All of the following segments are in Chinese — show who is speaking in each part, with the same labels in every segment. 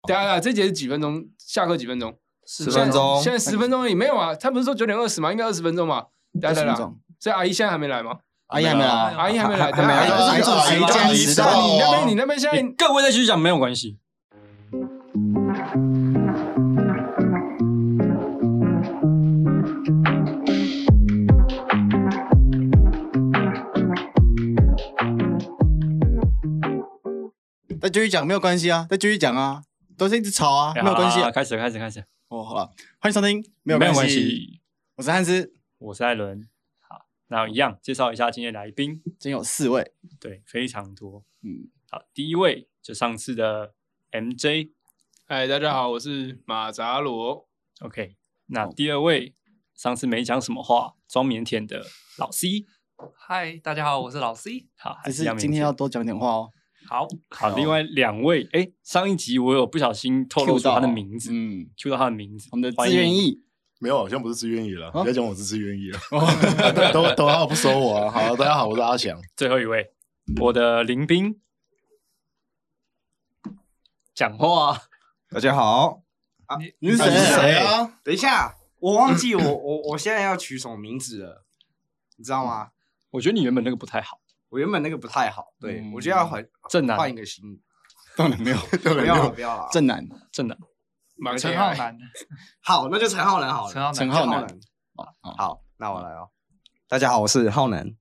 Speaker 1: 等一下等一啊下，这节是几分钟？下课几分钟？
Speaker 2: 十分钟
Speaker 1: 现在十分钟而已，没有啊？他不是说九点二十吗？应该二十分钟啊吧？等一下等一
Speaker 2: 分
Speaker 1: 下，
Speaker 2: 钟，
Speaker 1: 所以阿姨现在还没来吗？
Speaker 2: 阿姨还没来，
Speaker 1: 阿姨还没来，
Speaker 2: 还
Speaker 1: 等
Speaker 2: 没
Speaker 1: 一下
Speaker 2: 来，
Speaker 1: 阿姨
Speaker 2: 阿姨
Speaker 1: 不是
Speaker 2: 准时坚持
Speaker 1: 那
Speaker 2: 到
Speaker 1: 你那边你
Speaker 2: 哦。
Speaker 1: 那边现在
Speaker 3: 你各位再继续讲没有关系。
Speaker 2: 再继续讲没有关系啊，再继续讲啊，都是一直吵啊，没有关
Speaker 3: 哎
Speaker 2: 系
Speaker 3: 好啦
Speaker 2: 啊。
Speaker 3: 开始开始开始，
Speaker 2: 哦，好了，欢迎收听，没有
Speaker 3: 没有
Speaker 2: 关
Speaker 3: 关
Speaker 2: 系，
Speaker 3: 系。
Speaker 2: 我是汉斯，
Speaker 3: 我是艾伦，好，那一样介绍一下今天来宾，
Speaker 2: 今天有四位，
Speaker 3: 对，非常多。
Speaker 2: 嗯，
Speaker 3: 好，第一位就上次的 MJ，OK、
Speaker 1: 哎，大家好，我是马扎罗。
Speaker 3: OK 那第二位上次没讲什么话，装腼腆的老 C，
Speaker 4: 嗨，大家好，我是老 C。
Speaker 3: 好，还是
Speaker 2: 只是
Speaker 3: 一样腼
Speaker 2: 今天
Speaker 3: 腆
Speaker 2: 要多讲点话哦。
Speaker 4: 好，
Speaker 3: 好，另外两位，哎，上一集我有不小心透露
Speaker 2: Q
Speaker 3: 出他的
Speaker 2: 到哦
Speaker 3: 名字
Speaker 2: 嗯，
Speaker 3: ，Q 到他的名字，
Speaker 2: 我们的
Speaker 3: 欢
Speaker 2: 自
Speaker 3: 迎
Speaker 2: 愿意，
Speaker 5: 没有，好像不是自愿意了。
Speaker 2: 啊
Speaker 5: 你要讲我是自愿意了， 都都好不收我啊！好，大家好，我是阿翔。
Speaker 3: 最后一位，我的林斌，讲话啊，
Speaker 6: 大家好，
Speaker 2: 你是
Speaker 6: 啊你是
Speaker 2: 谁
Speaker 6: 谁
Speaker 2: 啊？
Speaker 6: 等一下，我忘记我我我现在要取什么名字了，你知道
Speaker 2: 嗯
Speaker 6: 吗？
Speaker 3: 我觉得你原本那个不太好，
Speaker 6: 我原本那个不太好，对、
Speaker 2: 嗯
Speaker 6: 我就要换
Speaker 3: 正男
Speaker 6: 换一个新，
Speaker 2: 当然没有，
Speaker 6: 不要了不要了。啊
Speaker 2: 正男，
Speaker 3: 正男，
Speaker 1: 马
Speaker 4: 陈浩南，
Speaker 6: 好，那就陈浩南好了。
Speaker 4: 陈浩南，
Speaker 2: 陈浩
Speaker 6: 浩
Speaker 2: 南
Speaker 6: 南，
Speaker 2: 哦哦
Speaker 6: 好，那我来哦。大家好，我是浩南。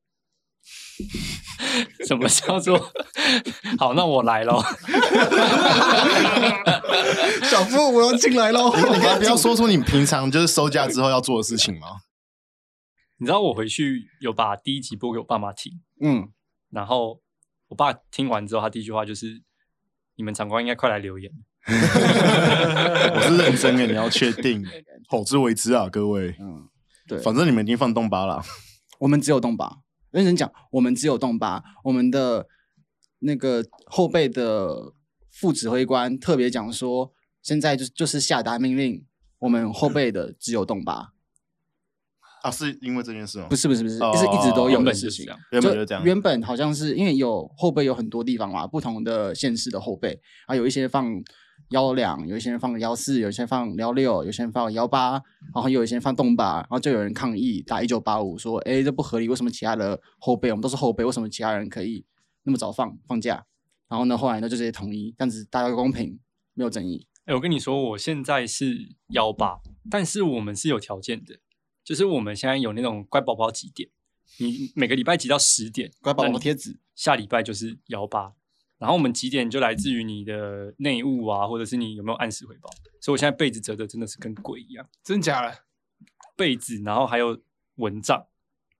Speaker 3: 什么叫做？ 好，那我来喽。
Speaker 2: 小夫，我要进来喽。
Speaker 5: 你刚刚不要说出你平常就是收假之后要做的事情吗？
Speaker 3: 你知道我回去有把第一集播给我爸妈听，
Speaker 2: 嗯，
Speaker 3: 然后我爸听完之后，他第一句话就是：“你们长官应该快来留言。
Speaker 5: 我是认真的，你要确 定。好自为之啊，各位。
Speaker 2: 嗯，对
Speaker 5: 反正你们已经放东巴了，
Speaker 2: 我们只有动八，认真讲，我们只有动八。我们的那个后备的副指挥官特别讲说，现在就就是下达命令，我们后备的只有动八，
Speaker 5: 啊，是因为这件事吗
Speaker 2: 不？是不是不是，
Speaker 5: 哦
Speaker 2: 是一直”都有
Speaker 3: 原
Speaker 2: 的
Speaker 3: 本
Speaker 2: 事
Speaker 3: 就是
Speaker 2: 情
Speaker 3: 这。样，
Speaker 5: 原本就是这样。
Speaker 2: 原本好像是因为有后备有很多地方嘛，不同的县市的后备啊，有一些放幺两，有一些人放幺四，有一些放幺六，有一些人放幺八，然后有一些人放动八，然后就有人抗议打一九八五说，哎，这不合理，为什么其他的后备我们都是后备，为什么其他人可以那么早放放假？然后呢，后来呢就直接统一，这样子大家公平，没有争议。
Speaker 3: 哎、我跟你说，我现在是幺八，但是我们是有条件的，就是我们现在有那种乖宝宝几点，你每个礼拜挤到十点，
Speaker 2: 乖宝
Speaker 3: 那
Speaker 2: 宝
Speaker 3: 你
Speaker 2: 贴纸，
Speaker 3: 下礼拜就是幺八，然后我们几点就来自于你的内务啊，或者是你有没有按时回报。所以我现在被子折的真的是跟鬼一样，
Speaker 1: 真假的？
Speaker 3: 被子，然后还有蚊帐，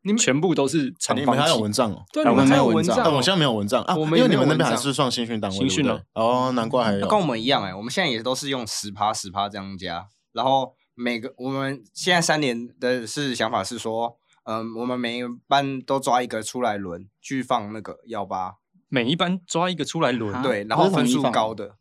Speaker 1: 你们
Speaker 3: 全部都是长
Speaker 5: 你
Speaker 3: 方
Speaker 5: 们还有
Speaker 3: 形
Speaker 5: 蚊帐哦？
Speaker 1: 对，
Speaker 2: 哎
Speaker 1: 你
Speaker 2: 我
Speaker 1: 们
Speaker 2: 们
Speaker 1: 还
Speaker 2: 没有
Speaker 1: 有
Speaker 2: 文
Speaker 1: 文
Speaker 2: 章
Speaker 1: 章
Speaker 5: 啊，
Speaker 1: 哦，
Speaker 5: 我现在没有蚊帐啊，
Speaker 1: 我
Speaker 5: 因
Speaker 1: 们也
Speaker 5: 为你
Speaker 1: 没有
Speaker 5: 们那边
Speaker 1: 蚊
Speaker 5: 还
Speaker 1: 帐
Speaker 5: 是算新训单位，
Speaker 3: 新训
Speaker 5: 对
Speaker 3: 啊
Speaker 5: 不对哦，难怪还有
Speaker 6: 那。跟我们一样哎、我们现在也都是用十趴十趴这样加，然后每个我们现在三年的是想法是说，嗯，我们每一班都抓一个出来轮去放那个幺八，
Speaker 3: 每一班抓一个出来轮。
Speaker 2: 啊
Speaker 6: 对，然
Speaker 2: 不
Speaker 6: 后
Speaker 2: 是统
Speaker 6: 分
Speaker 2: 一
Speaker 6: 数
Speaker 2: 放
Speaker 6: 高的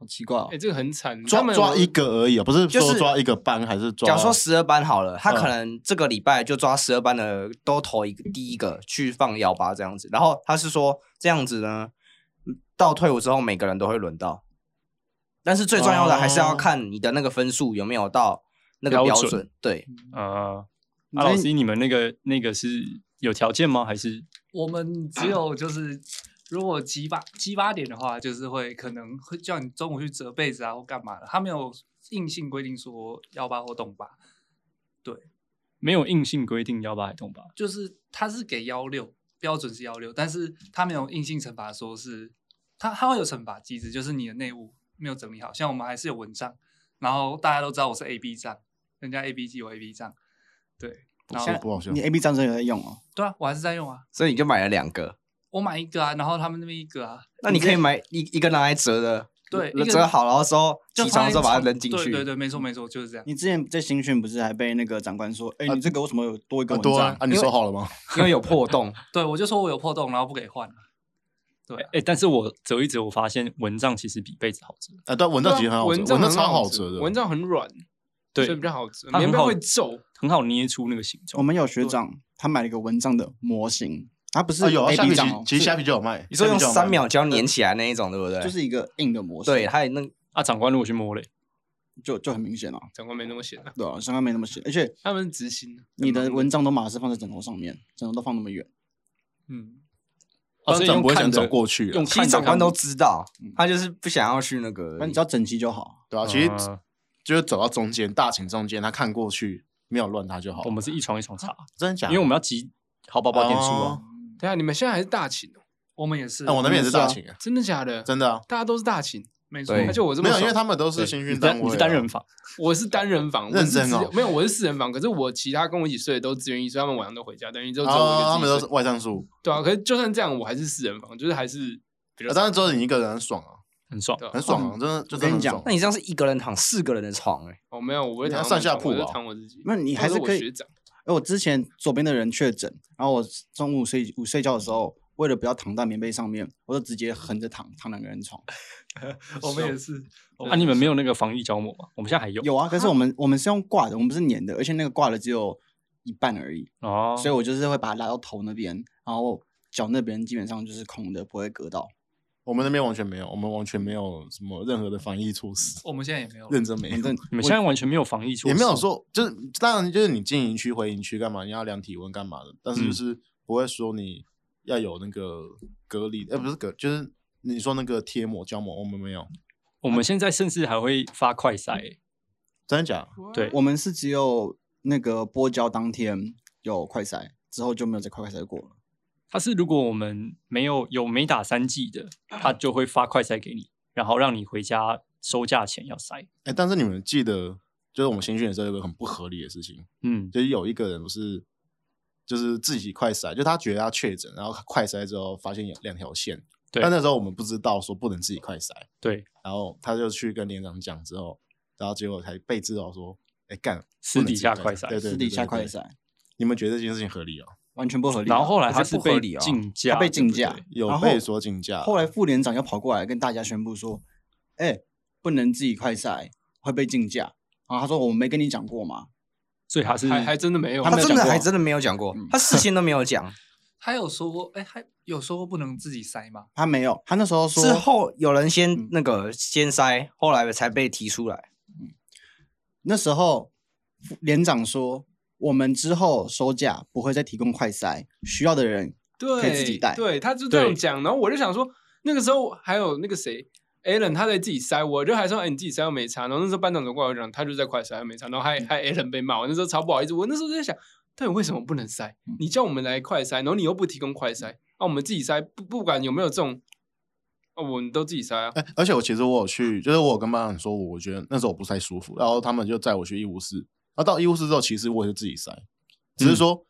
Speaker 2: 好奇怪、哦
Speaker 1: 哎，，这个很惨，
Speaker 5: 抓
Speaker 1: 他们
Speaker 5: 抓一个而已啊，不是
Speaker 6: 就
Speaker 5: 说
Speaker 6: 是
Speaker 5: 抓一个班还是抓？
Speaker 6: 假如说十二班好了，他可
Speaker 5: 嗯
Speaker 6: 能这个礼拜就抓十二班的都投一个第一个去放幺八这样子，然后他是说这样子呢，到退伍之后每个人都会轮到，但是最重要的还是要
Speaker 5: 哦
Speaker 6: 看你的那个分数有没有到那个
Speaker 3: 标
Speaker 6: 标
Speaker 3: 准
Speaker 6: 准，对，
Speaker 3: 呃，
Speaker 2: 你
Speaker 3: 啊，
Speaker 2: 这
Speaker 3: 老师，你们那个那个是有条件吗？还是
Speaker 4: 我们只有就是，如果七八七八点的话，就是会可能会叫你中午去折被子啊或干嘛的，他没有硬性规定说幺八或动八，
Speaker 3: 没有硬性规定幺八还动八？
Speaker 4: 就是他是给幺六，标准是幺六，但是他没有硬性惩罚，说是他他会有惩罚机制，就是你的内务没有整理好，像我们还是有文账，然后大家都知道我是 A B 账，人家 A B 机我 A B 账，对，然后
Speaker 5: 哦不不好笑
Speaker 2: 哦你，A B 战争有在用哦？
Speaker 4: 对啊，我还是在用啊，
Speaker 6: 所以你就买了两个，
Speaker 4: 我买一个啊，然后他们那边一个啊，
Speaker 6: 那你可以买一一个拿来折的，
Speaker 4: 对
Speaker 6: 那
Speaker 4: 一个
Speaker 6: 折好，然后之后
Speaker 4: 就
Speaker 6: 起床的时候把它
Speaker 4: 放在
Speaker 6: 扔进
Speaker 4: 对
Speaker 6: 去。
Speaker 4: 对对，没错没错，就是这样。
Speaker 2: 你之前在新训不是还被那个长官说，哎、你这个为什么有多一个
Speaker 5: 啊
Speaker 2: 文
Speaker 5: 多
Speaker 2: 章？
Speaker 5: 啊，啊你收好了吗？
Speaker 6: 因为有破洞，
Speaker 4: 对我就说我有破洞，然后不 给换，对啊
Speaker 3: 哎、但是我折一折，我发现蚊帐其实比被子好折。
Speaker 5: 啊，对，蚊帐其实很好折，
Speaker 1: 文
Speaker 5: 蚊
Speaker 1: 章
Speaker 5: 帐
Speaker 1: 很
Speaker 5: 超好折
Speaker 1: 折
Speaker 5: 的，
Speaker 1: 文章很软，
Speaker 3: 对
Speaker 1: 所以比较好折，
Speaker 3: 它很
Speaker 1: 棉被
Speaker 3: 好
Speaker 1: 会皱。
Speaker 3: 很好捏出那个形
Speaker 2: 我
Speaker 3: 状。
Speaker 2: 们有学长，他买了一个蚊帐的模型，他不是
Speaker 5: 啊，有啊，
Speaker 2: A
Speaker 5: 虾
Speaker 2: B
Speaker 5: 皮
Speaker 2: 帐哦，
Speaker 5: 其其实
Speaker 2: 是
Speaker 5: 虾皮就有卖。
Speaker 6: 你说
Speaker 5: 虾
Speaker 6: 用
Speaker 5: 皮就有卖
Speaker 6: 三秒胶粘起来那一种，对不对？
Speaker 2: 就是一个硬的模型，
Speaker 6: 对，还有那
Speaker 3: 啊，长官如果去摸嘞，
Speaker 2: 就就很明显啊，
Speaker 1: 长官没那么闲啊，
Speaker 2: 对啊，相关没那么闲，而且
Speaker 1: 他们是执行的。
Speaker 2: 你的蚊帐都马是放在枕头上面，枕头都放那么远，
Speaker 4: 嗯，
Speaker 5: 班
Speaker 3: 所以
Speaker 5: 长
Speaker 3: 用
Speaker 5: 不会
Speaker 3: 看
Speaker 5: 想
Speaker 3: 的
Speaker 5: 走过去啊，
Speaker 3: 用
Speaker 6: 其
Speaker 3: 看
Speaker 6: 实
Speaker 3: 的
Speaker 6: 长官
Speaker 3: 看
Speaker 6: 都知道，他就是不想要去那个而已。
Speaker 2: 那你只要整齐就好。
Speaker 5: 对啊，其实
Speaker 3: 嗯
Speaker 5: 就是走到中间，大寝中间，他看过去没有乱他就好。
Speaker 3: 我们是一床一床查，
Speaker 5: 真的假
Speaker 3: 因
Speaker 5: 的？
Speaker 3: 为我们要集好宝宝点数啊
Speaker 5: 啊哦。
Speaker 1: 对啊，你们现在还是大寝哦？
Speaker 4: 我们也是，
Speaker 5: 哎我那边也是大寝啊，
Speaker 1: 真的假的？
Speaker 5: 真的啊，
Speaker 1: 大家都是大寝，
Speaker 4: 没错，
Speaker 6: 对
Speaker 1: 那就我这么
Speaker 5: 没有，
Speaker 1: 爽
Speaker 5: 因为他们都是新
Speaker 3: 你
Speaker 5: 训
Speaker 3: 单
Speaker 5: 单
Speaker 3: 你
Speaker 5: 位
Speaker 3: 是
Speaker 5: 啊，
Speaker 3: 单人房，
Speaker 1: 我是单人房，
Speaker 5: 认真
Speaker 1: 我
Speaker 5: 哦
Speaker 1: 是自没有，我是四人房，可是我其他跟我一起睡的都自愿意睡，他们晚上都回家，等于就只有我一个自己
Speaker 5: 啊，他们都是
Speaker 1: 睡
Speaker 5: 外战术，
Speaker 1: 对啊，可是就算这样，我还是四人房，就是还是比较
Speaker 5: 啊当然只有你一个人很爽啊，
Speaker 3: 很爽。
Speaker 1: 对啊
Speaker 5: 很爽啊，真的就真的很爽
Speaker 6: 那你这样是一个人躺四个人的床哎、
Speaker 1: 哦，没有，我不会
Speaker 5: 你
Speaker 1: 躺
Speaker 5: 还
Speaker 1: 他们
Speaker 5: 上下
Speaker 1: 床我
Speaker 5: 铺
Speaker 1: 就
Speaker 5: 啊
Speaker 1: 躺我自己。
Speaker 2: 那你
Speaker 1: 或
Speaker 2: 还
Speaker 1: 者
Speaker 2: 是
Speaker 1: 我
Speaker 2: 可以
Speaker 1: 学长，
Speaker 2: 哎，我之前左边的人确诊，然后我中午睡午睡觉的时候，为了不要躺在棉被上面，我就直接横着躺躺两个人床。
Speaker 4: 我们也是，
Speaker 3: 啊，你们没有那个防疫胶膜吗？我们现在还有
Speaker 2: 有啊，可是我们我们是用挂的，我们不是粘的，而且那个挂的只有一半而已，
Speaker 3: 哦，
Speaker 2: 所以我就是会把它拉到头那边，然后脚那边基本上就是空的，不会隔到。
Speaker 5: 我们那边完全没有，我们完全没有什么任何的防疫措施，
Speaker 4: 我们现在也哦没有了，
Speaker 5: 认真没有
Speaker 2: 反，正
Speaker 3: 你们现在完全没有防疫措施，
Speaker 5: 也没有说就是当然就是你进营区回营区干嘛，你要量体温干嘛的，但是就是不会说你要有那个隔离，呃，不是隔，就是你说那个贴膜胶膜，我们没有，
Speaker 3: 我们现在甚至还会发快筛、
Speaker 5: 真的假的？
Speaker 3: 对
Speaker 2: 我们是只有那个播交当天有快筛，之后就没有再快快筛过了。
Speaker 3: 它是如果我们没有有没打三剂的，它就会发快筛给你，然后让你回家收假前要筛。
Speaker 5: 哎、但是你们记得，就是我们新训的时候有个很不合理的事情，
Speaker 3: 嗯，
Speaker 5: 就是有一个人不是，就是自己快筛，就他觉得他确诊，然后他快筛之后发现有两条线，
Speaker 3: 对
Speaker 5: 但那时候我们不知道说不能自己快筛，
Speaker 3: 对，
Speaker 5: 然后他就去跟连长讲之后，然后结果才被知道说，哎、干，
Speaker 3: 私底下
Speaker 5: 不能自己
Speaker 3: 快
Speaker 5: 对
Speaker 3: 筛
Speaker 5: 对
Speaker 2: 私底下快，
Speaker 5: 对对对
Speaker 2: 筛
Speaker 5: 你们觉得这件事情合理哦？
Speaker 2: 完全不合理啊。
Speaker 3: 然后后来
Speaker 6: 可
Speaker 3: 他
Speaker 6: 是
Speaker 3: 是
Speaker 6: 不合
Speaker 3: 被
Speaker 6: 理啊
Speaker 3: 禁驾，
Speaker 2: 他被禁
Speaker 3: 对不
Speaker 2: 驾
Speaker 3: 对
Speaker 5: 有
Speaker 2: 然后
Speaker 5: 被说啊竞价，
Speaker 2: 后来副连长又跑过来跟大家宣布说：“哎、不能自己快筛，会被禁驾。”然后他说：“我没跟你讲过吗
Speaker 3: 所以他是
Speaker 1: 还还真的没有，
Speaker 2: 他没有
Speaker 6: 真的
Speaker 2: 讲过
Speaker 6: 还
Speaker 2: 啊
Speaker 6: 真的没有讲过
Speaker 2: 嗯，
Speaker 6: 他事先都没有讲，
Speaker 4: 他有说过，哎，还有说过不能自己塞吗？？”
Speaker 2: 他没有，他那时候说
Speaker 6: 之后有人先那个先塞，后来才被提出来。
Speaker 2: 那时候副连长说：“我们之后收假不会再提供快筛，需要的人
Speaker 1: 对，
Speaker 2: 可以自己带
Speaker 1: 对，他就这样
Speaker 3: 对
Speaker 1: 讲，然后我就想说，那个时候还有那个谁。Allen 他在自己塞，我就还说，哎、你自己塞又没差。然后那时候班长走过来，我就讲他就在快塞又没差，然后
Speaker 2: 嗯
Speaker 1: 还还 Allen 被骂，我那时候超不好意思。我那时候就在想，到底为什么不能塞？
Speaker 2: 嗯
Speaker 1: 你叫我们来快塞，然后你又不提供快塞，啊，我们自己塞，不不管有没有这种，啊，我们都自己塞啊。
Speaker 5: 哎、而且我其实我有去，就是我有跟班长说，我觉得那时候我不太舒服，然后他们就载我去医务室。然后到医务室之后，其实我也是自己塞，
Speaker 2: 嗯
Speaker 5: 只是说、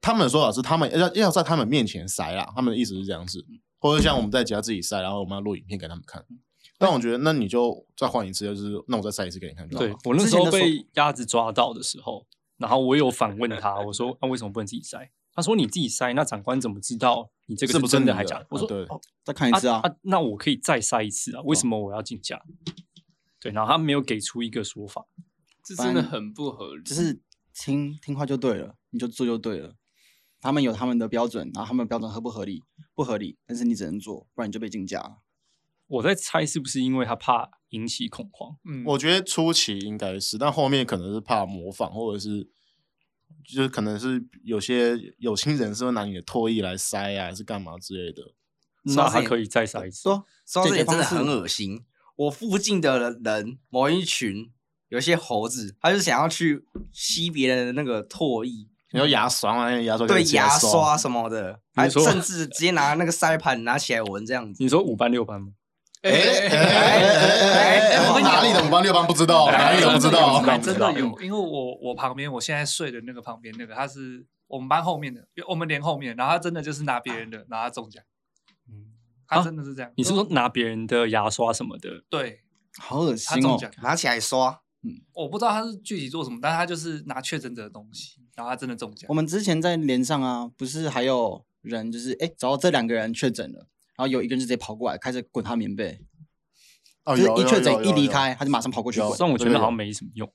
Speaker 5: 他们的说法是他们要要在他们面前塞啦，他们的意思是这样子，或者像我们在家自己塞，然后我们要录影片给他们看。
Speaker 2: 嗯
Speaker 5: 但我觉得，那你就再换一次，就是那我再塞一次给你看就好
Speaker 3: 对
Speaker 5: 了。
Speaker 3: 我那
Speaker 6: 之
Speaker 3: 时
Speaker 6: 前
Speaker 3: 候
Speaker 6: 的时候
Speaker 3: 被鸭子抓到的时候，然后我有反问他，我说啊那、为什么不能自己筛？他说你自己筛，那长官怎么知道你这个
Speaker 5: 是
Speaker 3: 是
Speaker 5: 不是
Speaker 3: 真的
Speaker 5: 你
Speaker 3: 还
Speaker 5: 的
Speaker 3: 假
Speaker 5: 啊
Speaker 3: 我说、
Speaker 5: 对
Speaker 3: 哦
Speaker 2: 再看一次啊。
Speaker 3: 啊，那我可以再筛一次啊，为什么我要竞价？对，然后他没有给出一个说法。
Speaker 1: 这真的很不合理。
Speaker 2: 就是听听话就对了，你就做就对了。他们有他们的标准，然后他们的标准合不合理？不合理，但是你只能做，不然你就被禁驾了。
Speaker 3: 我在猜是不是因为他怕引起恐慌，
Speaker 4: 嗯，
Speaker 5: 我觉得初期应该是，但后面可能是怕模仿，或者是就是可能是有些有心人是会拿你的唾液来塞啊，还是干嘛之类的。
Speaker 3: 那他可以再筛一次。
Speaker 2: 说
Speaker 6: 说到这
Speaker 2: 解决
Speaker 6: 里
Speaker 2: 方
Speaker 6: 真的很
Speaker 2: 式
Speaker 6: 恶心。我附近的人某一群有些猴子，他就想要去吸别人的那个唾液，
Speaker 5: 你说牙刷嘛，那个牙哦刷
Speaker 6: 对
Speaker 5: 可以
Speaker 6: 牙
Speaker 5: 接收
Speaker 6: 刷什么的，
Speaker 3: 你
Speaker 6: 还
Speaker 3: 说
Speaker 6: 甚至直接拿那个塞盘拿起来闻这样子。
Speaker 3: 你说五班六班吗？
Speaker 1: 哎
Speaker 5: 哎哎哎哎！我哪里的五班六班不知
Speaker 4: 哦
Speaker 5: 道，哪里的不知道。
Speaker 4: 还真的有，因为我我旁边我现在睡的那个旁边那个，他是我们班后面的，我们连后面，然后他真的就是拿别人的，然后他中奖，
Speaker 5: 嗯啊
Speaker 4: 他真的是这样。
Speaker 3: 你是说拿别人的牙刷什么的？
Speaker 4: 对
Speaker 2: 好恶
Speaker 4: 他
Speaker 2: 心
Speaker 4: 中
Speaker 2: 哦！
Speaker 4: 奖？
Speaker 6: 拿起来刷，
Speaker 4: 我不知道他是具体做什么，但是他就是拿确诊者的东西，然后他真的中奖
Speaker 5: 哦
Speaker 2: 我。们之前在连上啊，不是还有人就是哎，找到这两个人确诊了，然后有一个人就直接跑过来开始滚他棉被，
Speaker 5: 哦
Speaker 2: 就是一确诊一离，开他就马上跑过去
Speaker 5: 有
Speaker 2: 滚。
Speaker 3: 虽然我觉得
Speaker 5: 对
Speaker 3: 好像没什么用，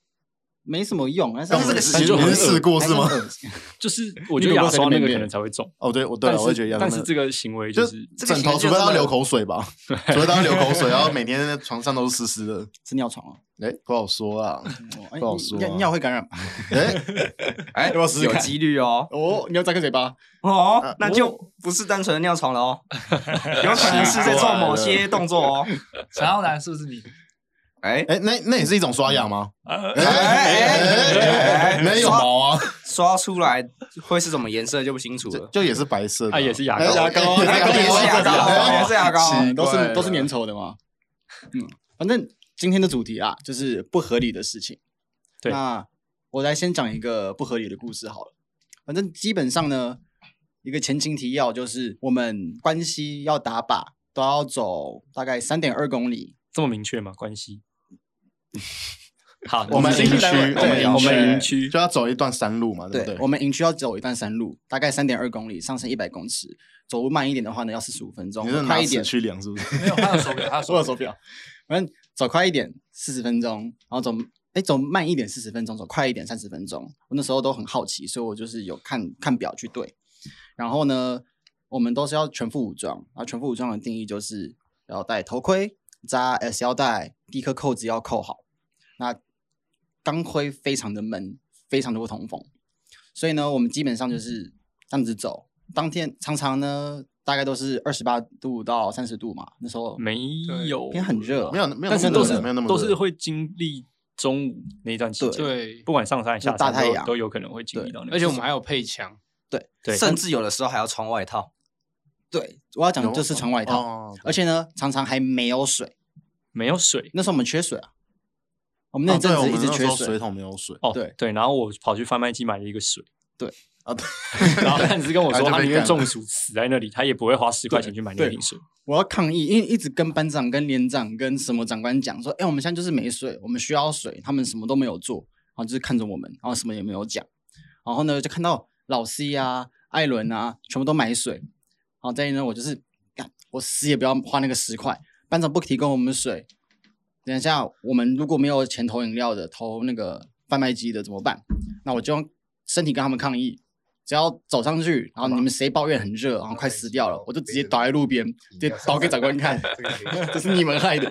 Speaker 2: 没什么用，但是
Speaker 5: 用
Speaker 2: 很
Speaker 5: 这
Speaker 2: 恶
Speaker 5: 个形
Speaker 2: 心
Speaker 5: 容
Speaker 2: 很恶
Speaker 5: 试过是吗
Speaker 2: 还很恶心
Speaker 3: 就是我觉得
Speaker 5: 你有没
Speaker 3: 牙
Speaker 5: 有
Speaker 3: 刷那
Speaker 5: 在那
Speaker 3: 个
Speaker 5: 边
Speaker 3: 可能才会中，
Speaker 5: 哦，对，我对了，
Speaker 3: 但是
Speaker 5: 我也觉得一样
Speaker 3: 但是这个行为
Speaker 5: 就
Speaker 3: 就是是
Speaker 5: 枕头，除非他流口 水吧，除非他流口水，然后每天在床上都是湿湿的。
Speaker 2: 是尿床啊，
Speaker 5: 哎，不好说啊。
Speaker 2: 哦哎
Speaker 5: 不好
Speaker 2: 你
Speaker 5: 说啊
Speaker 2: 尿尿会感染吧？
Speaker 6: 哎，
Speaker 2: 不要试试
Speaker 6: 有
Speaker 2: 看
Speaker 6: 几率哦，
Speaker 2: 哦，你要张开嘴巴，
Speaker 6: 哦，那就不是单纯的尿床了哦，有可能是在做某些动作哦。
Speaker 4: 陈浩南是不是你？
Speaker 6: 哎
Speaker 5: 哎，那那也是一种刷牙吗？
Speaker 3: 呃
Speaker 5: 哎哎哎，那有毛啊，
Speaker 6: 刷出来会是什么颜色就不清楚
Speaker 5: 就
Speaker 6: 了。
Speaker 5: 就也是白色的
Speaker 3: 啊
Speaker 5: 啊，
Speaker 3: 也是牙
Speaker 5: 哎
Speaker 3: 膏
Speaker 5: 哎
Speaker 2: 膏
Speaker 5: 哎
Speaker 6: 哎也是牙膏
Speaker 5: 哎
Speaker 6: 也是牙膏
Speaker 5: 奇
Speaker 2: 都
Speaker 5: 怪
Speaker 2: 是
Speaker 5: 了
Speaker 2: 都是粘稠的嘛。嗯，反正今天的主题啊，就是不合理的事情。
Speaker 3: 对
Speaker 2: 那我来先讲一个不合理的故事好了。反正基本上呢，一个前情提要就是我们关系要打靶都要走大概三点二公里，
Speaker 3: 这么明确吗？关系？好，
Speaker 5: 我们
Speaker 3: 是
Speaker 5: 营
Speaker 2: 营区，
Speaker 5: 区我们
Speaker 2: 对
Speaker 5: 营
Speaker 3: 我
Speaker 5: 区
Speaker 3: 们营区
Speaker 5: 就要走一段山路嘛，对不对？
Speaker 2: 我们营区要走一段山路，大概三点二公里，上升一百公尺。走慢一点的话呢，要四十五分钟
Speaker 5: 你是；拿
Speaker 2: 快一
Speaker 5: 尺
Speaker 2: 点，
Speaker 5: 去量是不是？
Speaker 4: 没有，他有手表， 他有
Speaker 2: 我
Speaker 4: 手表
Speaker 2: 有手表。反正走快一点，四十分钟，然后走哎走慢一点四十分钟，走快一点三十分钟。我那时候都很好奇，所以我就是有看看表去对。然后呢，我们都是要全副武装，然后全副武装的定义就是要戴头盔、扎 S 腰带，第一颗扣子要扣好。那钢盔非常的闷，非常的不通风，所以呢，我们基本上就是这样子走。当天常常呢，大概都是二十八度到三十度嘛，那时候
Speaker 3: 没有，
Speaker 2: 天很热，
Speaker 5: 没有没
Speaker 3: 但
Speaker 5: 有那
Speaker 3: 是
Speaker 5: 么
Speaker 3: 都
Speaker 5: 热，啊
Speaker 3: 是
Speaker 5: 没有那么
Speaker 3: 都是
Speaker 5: 热啊
Speaker 3: 会经历中午那一段期间，
Speaker 1: 对
Speaker 3: 不管上山还是下
Speaker 2: 就大
Speaker 3: 山
Speaker 2: 太
Speaker 3: 都
Speaker 2: 阳
Speaker 3: 都有可能会经历到那个，
Speaker 1: 而且我们还有配枪，
Speaker 3: 对
Speaker 6: 甚至有的时候还要穿外套，
Speaker 2: 对，我要讲的就是穿外套，
Speaker 5: 哦
Speaker 2: 而且呢，常常还没有水。
Speaker 3: 没有水
Speaker 2: 那时候我们缺水啊，我们
Speaker 5: 哦
Speaker 2: 那阵
Speaker 5: 对，我
Speaker 2: 子
Speaker 5: 们
Speaker 2: 一直
Speaker 5: 那时
Speaker 2: 缺
Speaker 5: 候
Speaker 2: 水
Speaker 5: 水，桶没有水
Speaker 3: 哦，
Speaker 2: 对
Speaker 3: 对，然后我跑去贩卖机买了一个水，
Speaker 5: 啊，对，
Speaker 3: 然后他只是跟我
Speaker 5: 然后
Speaker 3: 说
Speaker 5: 就
Speaker 3: 他
Speaker 5: 被
Speaker 3: 宁愿
Speaker 5: 干
Speaker 3: 中暑死在那里，他也不会花十块钱去买那
Speaker 2: 对
Speaker 3: 瓶水。
Speaker 2: 我要抗议，因为一直跟班长、跟连长、跟什么长官讲说，哎、我们现在就是没水，我们需要水，他们什么都没有做，然后就是看着我们，然后什么也没有讲，然后呢就看到老 C 啊、艾伦啊，全部都买水，然后再呢我就是，干我死也不要花那个十块，班长不提供我们水，等一下我们如果没有钱投饮料的，投那个贩卖机的怎么办？那我就用身体跟他们抗议。只要走上去，然后你们谁抱怨很热，然后快死掉了，我就直接倒在路边，直接倒给长官看， 这是你们害的。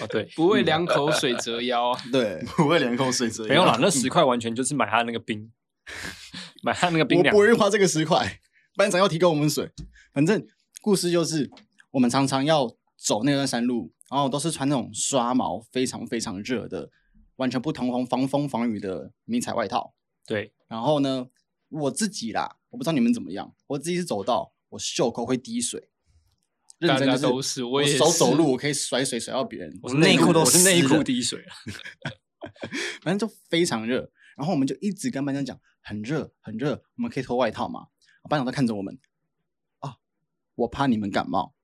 Speaker 3: 哦， 对，
Speaker 1: 不为两口水折腰啊。
Speaker 2: 对，
Speaker 5: 不会连口水这样
Speaker 3: 没有啦，那十块完全就是买他那个 冰，买他那个冰
Speaker 2: 我
Speaker 3: 凉
Speaker 2: 不。会花这个十块，班长要提供我们水。反正故事就是，我们常常要走那段山路，然后都是穿那种刷毛，非常非常热的，完全不通风、防风防雨的迷彩外套。
Speaker 3: 对，
Speaker 2: 然后呢，我自己啦，我不知道你们怎么样，我自己是走到我袖口会滴水， 认
Speaker 1: 大
Speaker 2: 真
Speaker 1: 家
Speaker 2: 就是
Speaker 1: 都是，我也
Speaker 2: 手走
Speaker 1: 是
Speaker 2: 路，我可以甩水甩到别人，
Speaker 3: 我是
Speaker 6: 内裤都
Speaker 3: 我是内
Speaker 6: 湿
Speaker 3: 裤
Speaker 6: 了
Speaker 3: 滴水啊，
Speaker 2: 反正就非常热。然后我们就一直跟班长讲，很热很热，我们可以脱外套吗？班长都看着我们，啊，我怕你们感冒。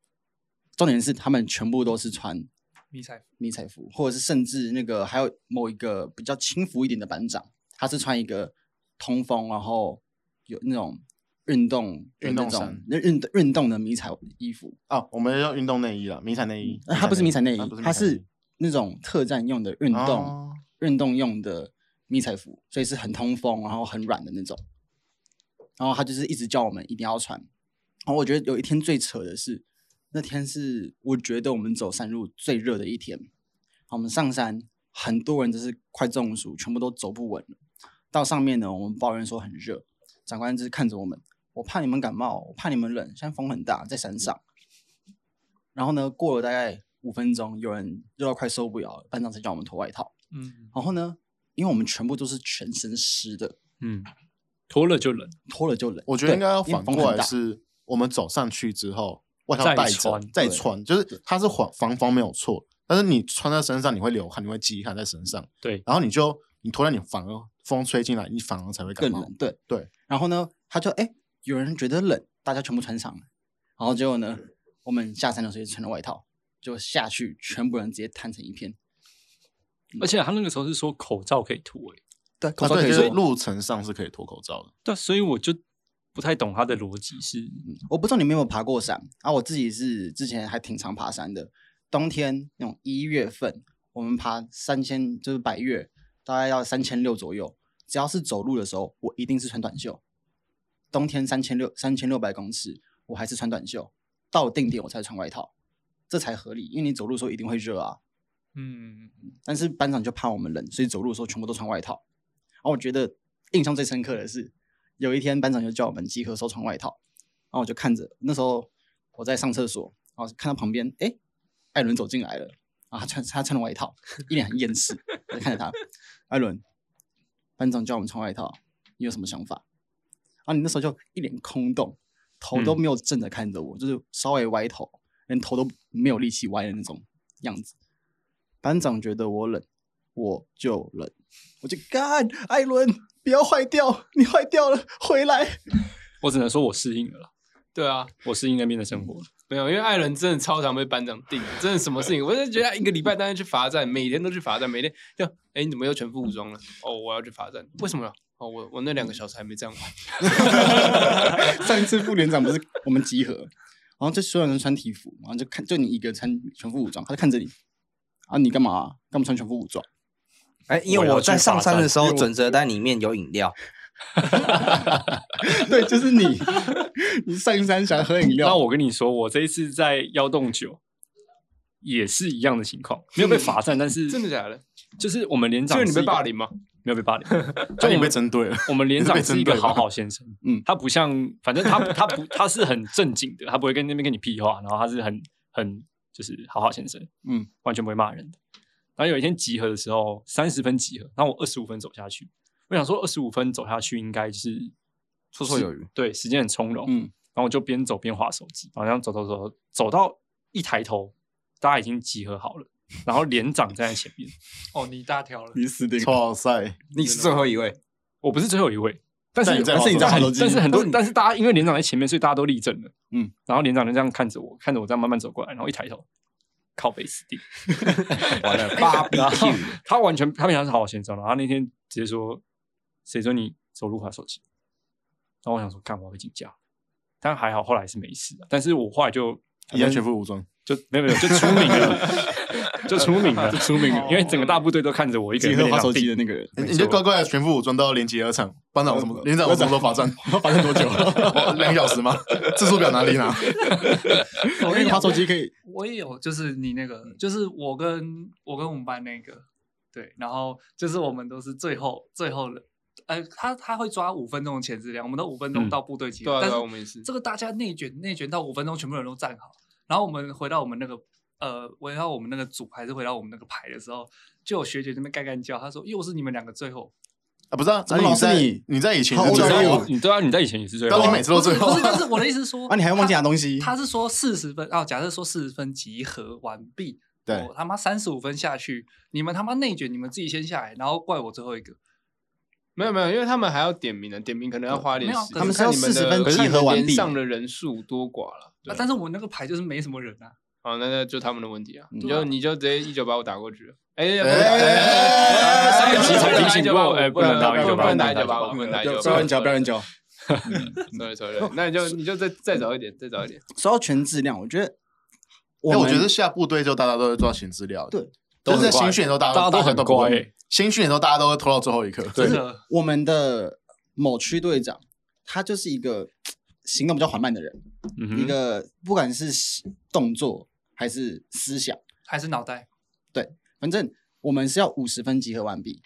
Speaker 2: 重点是他们全部都是穿
Speaker 4: 迷彩服，
Speaker 2: 迷彩服，或者是甚至那个还有某一个比较轻浮一点的班长，他是穿一个通风，然后有那种运动的
Speaker 5: 运动
Speaker 2: 那种
Speaker 5: 衫
Speaker 2: 那运运动的迷彩衣服，
Speaker 5: 哦，我们要运动内衣了，迷彩内衣，
Speaker 2: 呃它不是迷彩内衣
Speaker 5: 啊不，
Speaker 2: 它
Speaker 5: 迷彩内
Speaker 2: 是那种特战用的运动
Speaker 5: 哦
Speaker 2: 运动用的迷彩服，所以是很通风，然后很软的那种。然后他就是一直叫我们一定要穿。然后我觉得有一天最扯的是，那天是我觉得我们走山路最热的一天。好我们上山，很多人就是快中暑，全部都走不稳了。到上面呢，我们抱怨说很热，长官就是看着我们，我怕你们感冒，我怕你们冷，现在风很大，在山上。然后呢，过了大概五分钟，有人热到快受不了了，班长才叫我们脱外套。
Speaker 4: 嗯，
Speaker 2: 然后呢，因为我们全部都是全身湿的，
Speaker 3: 嗯，脱了就冷，
Speaker 2: 脱了就冷。
Speaker 5: 我觉得应该要
Speaker 2: 对因
Speaker 5: 反
Speaker 2: 为风
Speaker 5: 过
Speaker 2: 很
Speaker 5: 来
Speaker 2: 大
Speaker 5: 是，我们走上去之后，外套
Speaker 3: 再
Speaker 5: 带着
Speaker 3: 穿
Speaker 5: 再
Speaker 2: 对
Speaker 5: 穿，就是它是防防风没有错，但是你穿在身上你会流汗，你会积汗在身上，
Speaker 3: 对，
Speaker 5: 然后你就你脱掉，你反而风吹进来，你反而才会感
Speaker 2: 更
Speaker 5: 冒
Speaker 2: 冷。。对
Speaker 5: 对。
Speaker 2: 然后呢，他就哎、诶有人觉得冷，大家全部穿上了。然后结果呢，我们下山的时候就穿了外套，就下去，全部人直接摊成一片。
Speaker 5: 嗯
Speaker 3: 而且他那个时候是说口罩可以脱、欸，
Speaker 2: 对，口
Speaker 5: 啊，
Speaker 2: 罩可
Speaker 5: 对，
Speaker 2: 以
Speaker 5: 就是
Speaker 2: 脱。
Speaker 5: 路程上是可以脱口罩的。
Speaker 3: 对啊，所以我就不太懂他的逻辑是，
Speaker 2: 我不知道你们有没有爬过山啊？我自己是之前还挺常爬山的，冬天那种一月份，我们爬三千就是百越，大概要三千六左右。只要是走路的时候，我一定是穿短袖。冬天三千六三千六百公尺，我还是穿短袖。到了定点我才穿外套，这才合理。因为你走路的时候一定会热啊。
Speaker 4: 嗯，
Speaker 2: 但是班长就怕我们冷，所以走路的时候全部都穿外套。然后我觉得印象最深刻的是，有一天班长就叫我们集合的时候穿外套，然后我就看着那时候我在上厕所，然后看到旁边哎，诶艾伦走进来了，啊，他穿他穿了外套，一脸很厌世，我就看着他，艾伦，班长叫我们穿外套，你有什么想法？然后你那时候就一脸空洞，头都
Speaker 3: 嗯
Speaker 2: 没有正着看着我，就是稍微歪头，连头都没有力气歪的那种样子。班长觉得我冷，我就冷，我就干，艾伦，不要坏掉，你坏掉了，回来。
Speaker 3: 我只能说我适应了啦，
Speaker 1: 对啊，
Speaker 3: 我适应那边的生活了。
Speaker 1: 没有，因为艾伦真的超常被班长定，真的什么事情，我就觉得他一个礼拜当然去罚站，每天都去罚站，每天就哎你怎么又全副武装了？哦，我要去罚站，为什么？哦，我我那两个小时还没站完，
Speaker 2: 上一次副连长不是我们集合，然后就所有人穿体服，然后就看就你一个穿全副武装，他就看着你，啊，你干嘛、干嘛穿全副武装？
Speaker 6: 哎，因为
Speaker 3: 我要
Speaker 6: 我在
Speaker 3: 去
Speaker 6: 上
Speaker 3: 罚
Speaker 6: 山的
Speaker 3: 站
Speaker 6: 时候，
Speaker 3: 因为我
Speaker 6: 准则单里面有饮料，
Speaker 2: 对，就是你， 你上山想喝饮料，
Speaker 3: 那我跟你说，我这一次在幺洞九也是一样的情况，没有被罚站，但是
Speaker 1: 真的假的？
Speaker 3: 就是我们连长
Speaker 1: 就是你被
Speaker 3: 是一个
Speaker 1: 霸凌吗？
Speaker 3: 没有被霸凌，
Speaker 5: 就
Speaker 3: 就我
Speaker 5: 你被
Speaker 3: 们
Speaker 5: 针对了，
Speaker 3: 我们连长是一个
Speaker 5: 被针对吧
Speaker 3: 好好先生，
Speaker 2: 嗯
Speaker 3: 嗯，他不像，反正他他不他是很正经的，他不会跟那边跟你屁话，然后他是很很就是好好先生，
Speaker 2: 嗯
Speaker 3: 嗯，完全不会骂人的。然后有一天集合的时候，三十分集合，然后我二十五分走下去，我想说二十五分走下去应该就是
Speaker 6: 绰绰有余。
Speaker 3: 对时间很从容，
Speaker 2: 嗯，
Speaker 3: 然后我就边走边划手机，然后这样走走走走到一抬头，大家已经集合好了，然后连长站在前面，
Speaker 4: 哦，你大条了，
Speaker 2: 你死定了。
Speaker 5: 哇塞，
Speaker 6: 你是最后一位，
Speaker 3: 我不是最后一位，但是
Speaker 5: 但你在
Speaker 3: 但是
Speaker 5: 划手
Speaker 3: 但很
Speaker 5: 机哦划手机
Speaker 3: 但是很多但是大家因为连长在前面，所以大家都立正了。
Speaker 2: 嗯
Speaker 3: 嗯，然后连长就这样看着我，看着我这样慢慢走过来，然后一抬头，靠背死定。
Speaker 6: 完了 b
Speaker 3: 然
Speaker 6: a
Speaker 3: 后他完全他平常是好好先生，然后他那天直接说：“谁说你走路划手机？”然后我想说，干我要被请假，但还好后来是没事的。但是我后来就
Speaker 5: 一样全副武装，
Speaker 3: 就没有没有就出名了，就出名了，就出名
Speaker 4: 了
Speaker 3: 因为整个大部队都看着我一个
Speaker 2: 集
Speaker 3: 人被
Speaker 2: 合
Speaker 3: 连
Speaker 2: 划
Speaker 3: 长
Speaker 2: 手机
Speaker 3: 定
Speaker 2: 的那个人，
Speaker 5: 你你就乖乖的全副武装到连集合场，班长我什么连长我什么时候罚站？
Speaker 2: 发生多久？
Speaker 5: 两个小时吗？字数表哪里拿？
Speaker 4: 我
Speaker 2: 我
Speaker 4: 跟
Speaker 2: 跟
Speaker 4: 你
Speaker 2: 你划
Speaker 4: 讲
Speaker 2: 手机可以，
Speaker 4: 我也有，就是你那个，就是我跟我跟我们班那个，对，然后就是我们都是最后最后的，呃，他他会抓五分钟的前置量，我们都五分钟
Speaker 3: 嗯
Speaker 4: 到部队集
Speaker 1: 对
Speaker 4: 合，
Speaker 1: 啊，
Speaker 4: 但
Speaker 1: 对啊，
Speaker 4: 是
Speaker 1: 我们也是。
Speaker 4: 这个大家内卷内卷到五分钟，全部人都站好，然后我们回到我们那个呃，回到我们那个组还是回到我们那个排的时候，就有学姐在那边干干叫，她说又是你们两个最后，
Speaker 5: 啊，不是啊，
Speaker 2: 怎么
Speaker 5: 啊
Speaker 2: 老
Speaker 5: 你
Speaker 2: 是
Speaker 5: 在
Speaker 2: 你
Speaker 5: 你在以前
Speaker 2: 好
Speaker 5: 是最
Speaker 2: 我知道
Speaker 5: 后
Speaker 2: 我
Speaker 5: 啊，
Speaker 3: 你对啊，你在以前也是最
Speaker 5: 然
Speaker 3: 后
Speaker 5: 后
Speaker 3: 啊。
Speaker 5: 你每次都最后
Speaker 4: 不是，但是我的意思是说，
Speaker 2: 啊，你还忘记
Speaker 4: 她
Speaker 2: 拿东西？
Speaker 4: 他是说四十分哦，假设说四十分集合完毕，哦
Speaker 5: 对
Speaker 4: 我他妈三十五分下去，你们他妈内卷，你们自己先下来，然后怪我最后一个。啊
Speaker 1: 没有没有，因为他们还要点名呢，点名可能要花一点
Speaker 4: 没有
Speaker 1: 时间。
Speaker 4: 他们
Speaker 2: 是要
Speaker 1: 看你们的
Speaker 2: 40分
Speaker 1: 看你
Speaker 2: 集合完
Speaker 1: 连
Speaker 2: 毕
Speaker 1: 上的人数多寡了。对
Speaker 4: 啊、但是我们那个牌就是没什么人啊，
Speaker 1: 好，那那就他们的问题啊，你
Speaker 4: 对啊
Speaker 1: 就你就直接一九八五打过去了。哎，不
Speaker 5: 哎哎哎哎
Speaker 1: 能上一期才提醒过，
Speaker 3: 哎
Speaker 1: 不能打
Speaker 3: 不能
Speaker 1: 不能打
Speaker 3: 打
Speaker 1: 一九八
Speaker 3: 1985
Speaker 1: 五，不能打一九八五，
Speaker 2: 不要乱讲，不要乱
Speaker 1: 讲。
Speaker 2: 讲。
Speaker 1: sorry sorry，那你就你就再再早一点，再早一点。
Speaker 2: 说到全质量，我觉得我
Speaker 5: 哎，
Speaker 2: 们，
Speaker 5: 我觉得下部队之后大家都会抓闲资料，
Speaker 2: 对，
Speaker 5: 就是在新训的时候大家
Speaker 3: 大家都很
Speaker 5: 都不会
Speaker 3: 乖欸
Speaker 5: 新训的时候大家都会拖到最后一刻，
Speaker 4: 真的。
Speaker 2: 我们的某区队长，他就是一个行动比较缓慢的人，
Speaker 3: 嗯
Speaker 2: 一
Speaker 3: 哼，
Speaker 2: 个不管是动作还是思想，
Speaker 4: 还是脑袋，
Speaker 2: 反正我们是要五十分集合完毕，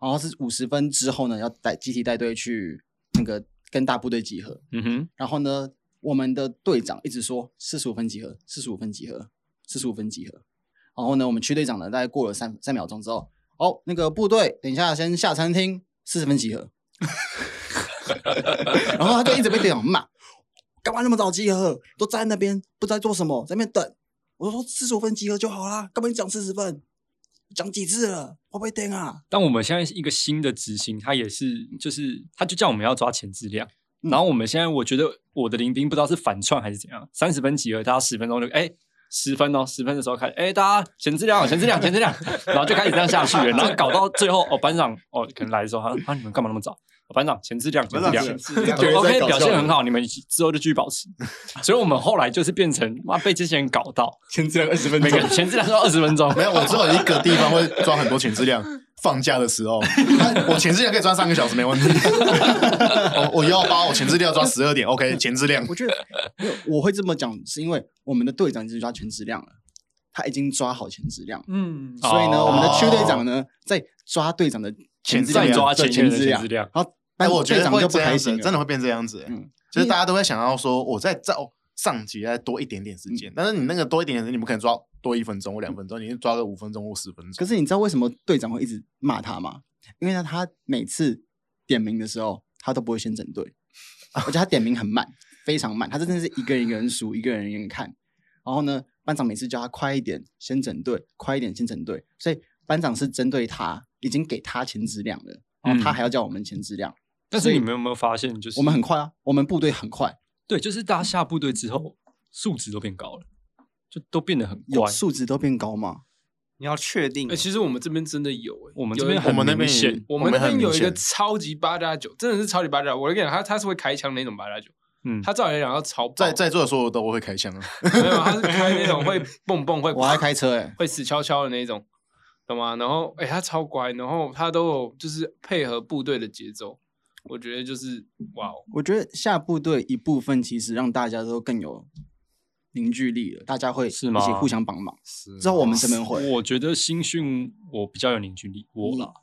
Speaker 2: 然后是五十分之后呢，要带集体带队去那个跟大部队集合，
Speaker 3: 嗯哼，
Speaker 2: 然后呢，我们的队长一直说四十五分集合，四十五分集合，四十五分集合。然后呢，我们区队长呢，大概过了三三秒钟之后，哦，那个部队，等一下先下餐厅，四十分集合。 然后他就一直被队长骂，干嘛那么早集合？都站在那边不知道在做什么，在那边等。我说四十五分集合就好啦，干嘛你讲四十分？讲几次了？会不会定啊？
Speaker 3: 但我们现在是一个新的执行，他也是，就是他就叫我们要抓前质量。
Speaker 2: 嗯
Speaker 3: 然后我们现在，我觉得我的临兵不知道是反串还是怎样，三十分集合，大家十分钟就哎十分哦，十分的时候开始哎大家前质量前质量前质 量，然后就开始这样下去了，然后搞到最后哦班长哦可能来的时候他啊你们干嘛那么早？哦班长前质量前质量
Speaker 5: 班长
Speaker 2: 有人在搞
Speaker 3: OK
Speaker 2: 笑
Speaker 3: 表现很好，你们之后就继续保 持。所以我们后来就是变成妈被这些人搞到，
Speaker 2: 前质量二十分
Speaker 3: 每个人前质量都二十分钟，
Speaker 5: 没有，我知道有一个地方会抓很多潜质量，放假的时候，我前置量可以抓三个小时没问 题。我我幺八，我前置量抓十二点，OK，前置量
Speaker 2: 我觉得没有我会这么讲，是因为我们的队长已经抓全质量了，他已经抓好全质量了，
Speaker 4: 嗯，
Speaker 3: 哦
Speaker 2: 所以呢，我们的区队长
Speaker 5: 哦
Speaker 2: 呢在抓队长的
Speaker 5: 前质
Speaker 2: 质量
Speaker 3: 再
Speaker 5: 量
Speaker 3: 抓
Speaker 2: 对
Speaker 3: 前
Speaker 2: 前
Speaker 3: 面的
Speaker 2: 质
Speaker 3: 前质
Speaker 2: 量
Speaker 3: 量，
Speaker 2: 然后
Speaker 5: 哎，
Speaker 2: 但
Speaker 5: 我觉
Speaker 2: 队
Speaker 5: 得
Speaker 2: 长
Speaker 5: 会
Speaker 2: 就不
Speaker 5: 这
Speaker 2: 开
Speaker 5: 样
Speaker 2: 心
Speaker 5: 子，
Speaker 2: 了，
Speaker 5: 真的会变这样子。欸
Speaker 2: 嗯
Speaker 5: 就是大家都会想要说，我再照上级再多一点点时间，但是你那个多一点点时间，你不可能抓多一分钟或两分钟，你就抓个五分钟或十分钟。
Speaker 2: 可是你知道为什么队长会一直骂他吗？因为呢，他每次点名的时候，他都不会先整队，而且他点名很慢，非常慢，他真的是一个人一个人数，一个人一个人看。然后呢，班长每次叫他快一点，先整队，快一点，先整队。所以班长是针对他，已经给他前质量了，然后他
Speaker 3: 嗯
Speaker 2: 还要叫我们前质量。
Speaker 3: 但
Speaker 2: 所
Speaker 3: 是
Speaker 2: 以
Speaker 3: 你们有没有发现，就是
Speaker 2: 我们很快啊，我们部队很快，
Speaker 3: 对，就是大家下部队之后素质都变高了，就都变得很
Speaker 2: 有
Speaker 3: 乖。
Speaker 2: 素质都变高嘛。
Speaker 6: 你要确定
Speaker 1: 哎，，其实我们这边真的有，哎
Speaker 3: 我们
Speaker 1: 有
Speaker 3: 这边
Speaker 1: 一
Speaker 5: 我
Speaker 3: 很
Speaker 5: 们那边
Speaker 3: 明
Speaker 5: 也
Speaker 3: 显，
Speaker 1: 我们那
Speaker 5: 很
Speaker 1: 边有
Speaker 5: 明
Speaker 1: 一个
Speaker 5: 显
Speaker 1: 超级八加九，真的是超级八加九。我跟你讲，他他是会开枪那种八加九，
Speaker 3: 嗯，
Speaker 1: 他照理来讲要超爆
Speaker 5: 在在座的所有都会 开枪啊，
Speaker 1: 没有，他是开那种会蹦蹦会
Speaker 2: 我还开车哎、
Speaker 1: 会死翘翘的那种，懂吗？然后哎、他超乖，然后他都有就是配合部队的节奏，我觉得就是哇哦，
Speaker 2: 我觉得下部队一部分其实让大家都更有凝聚力了，大家会一
Speaker 3: 是
Speaker 2: 起
Speaker 3: 吗
Speaker 2: 互相帮忙。
Speaker 6: 是
Speaker 2: 之后我们这边会，
Speaker 3: 我觉得新训我比较有凝聚力，我啦，
Speaker 5: 嗯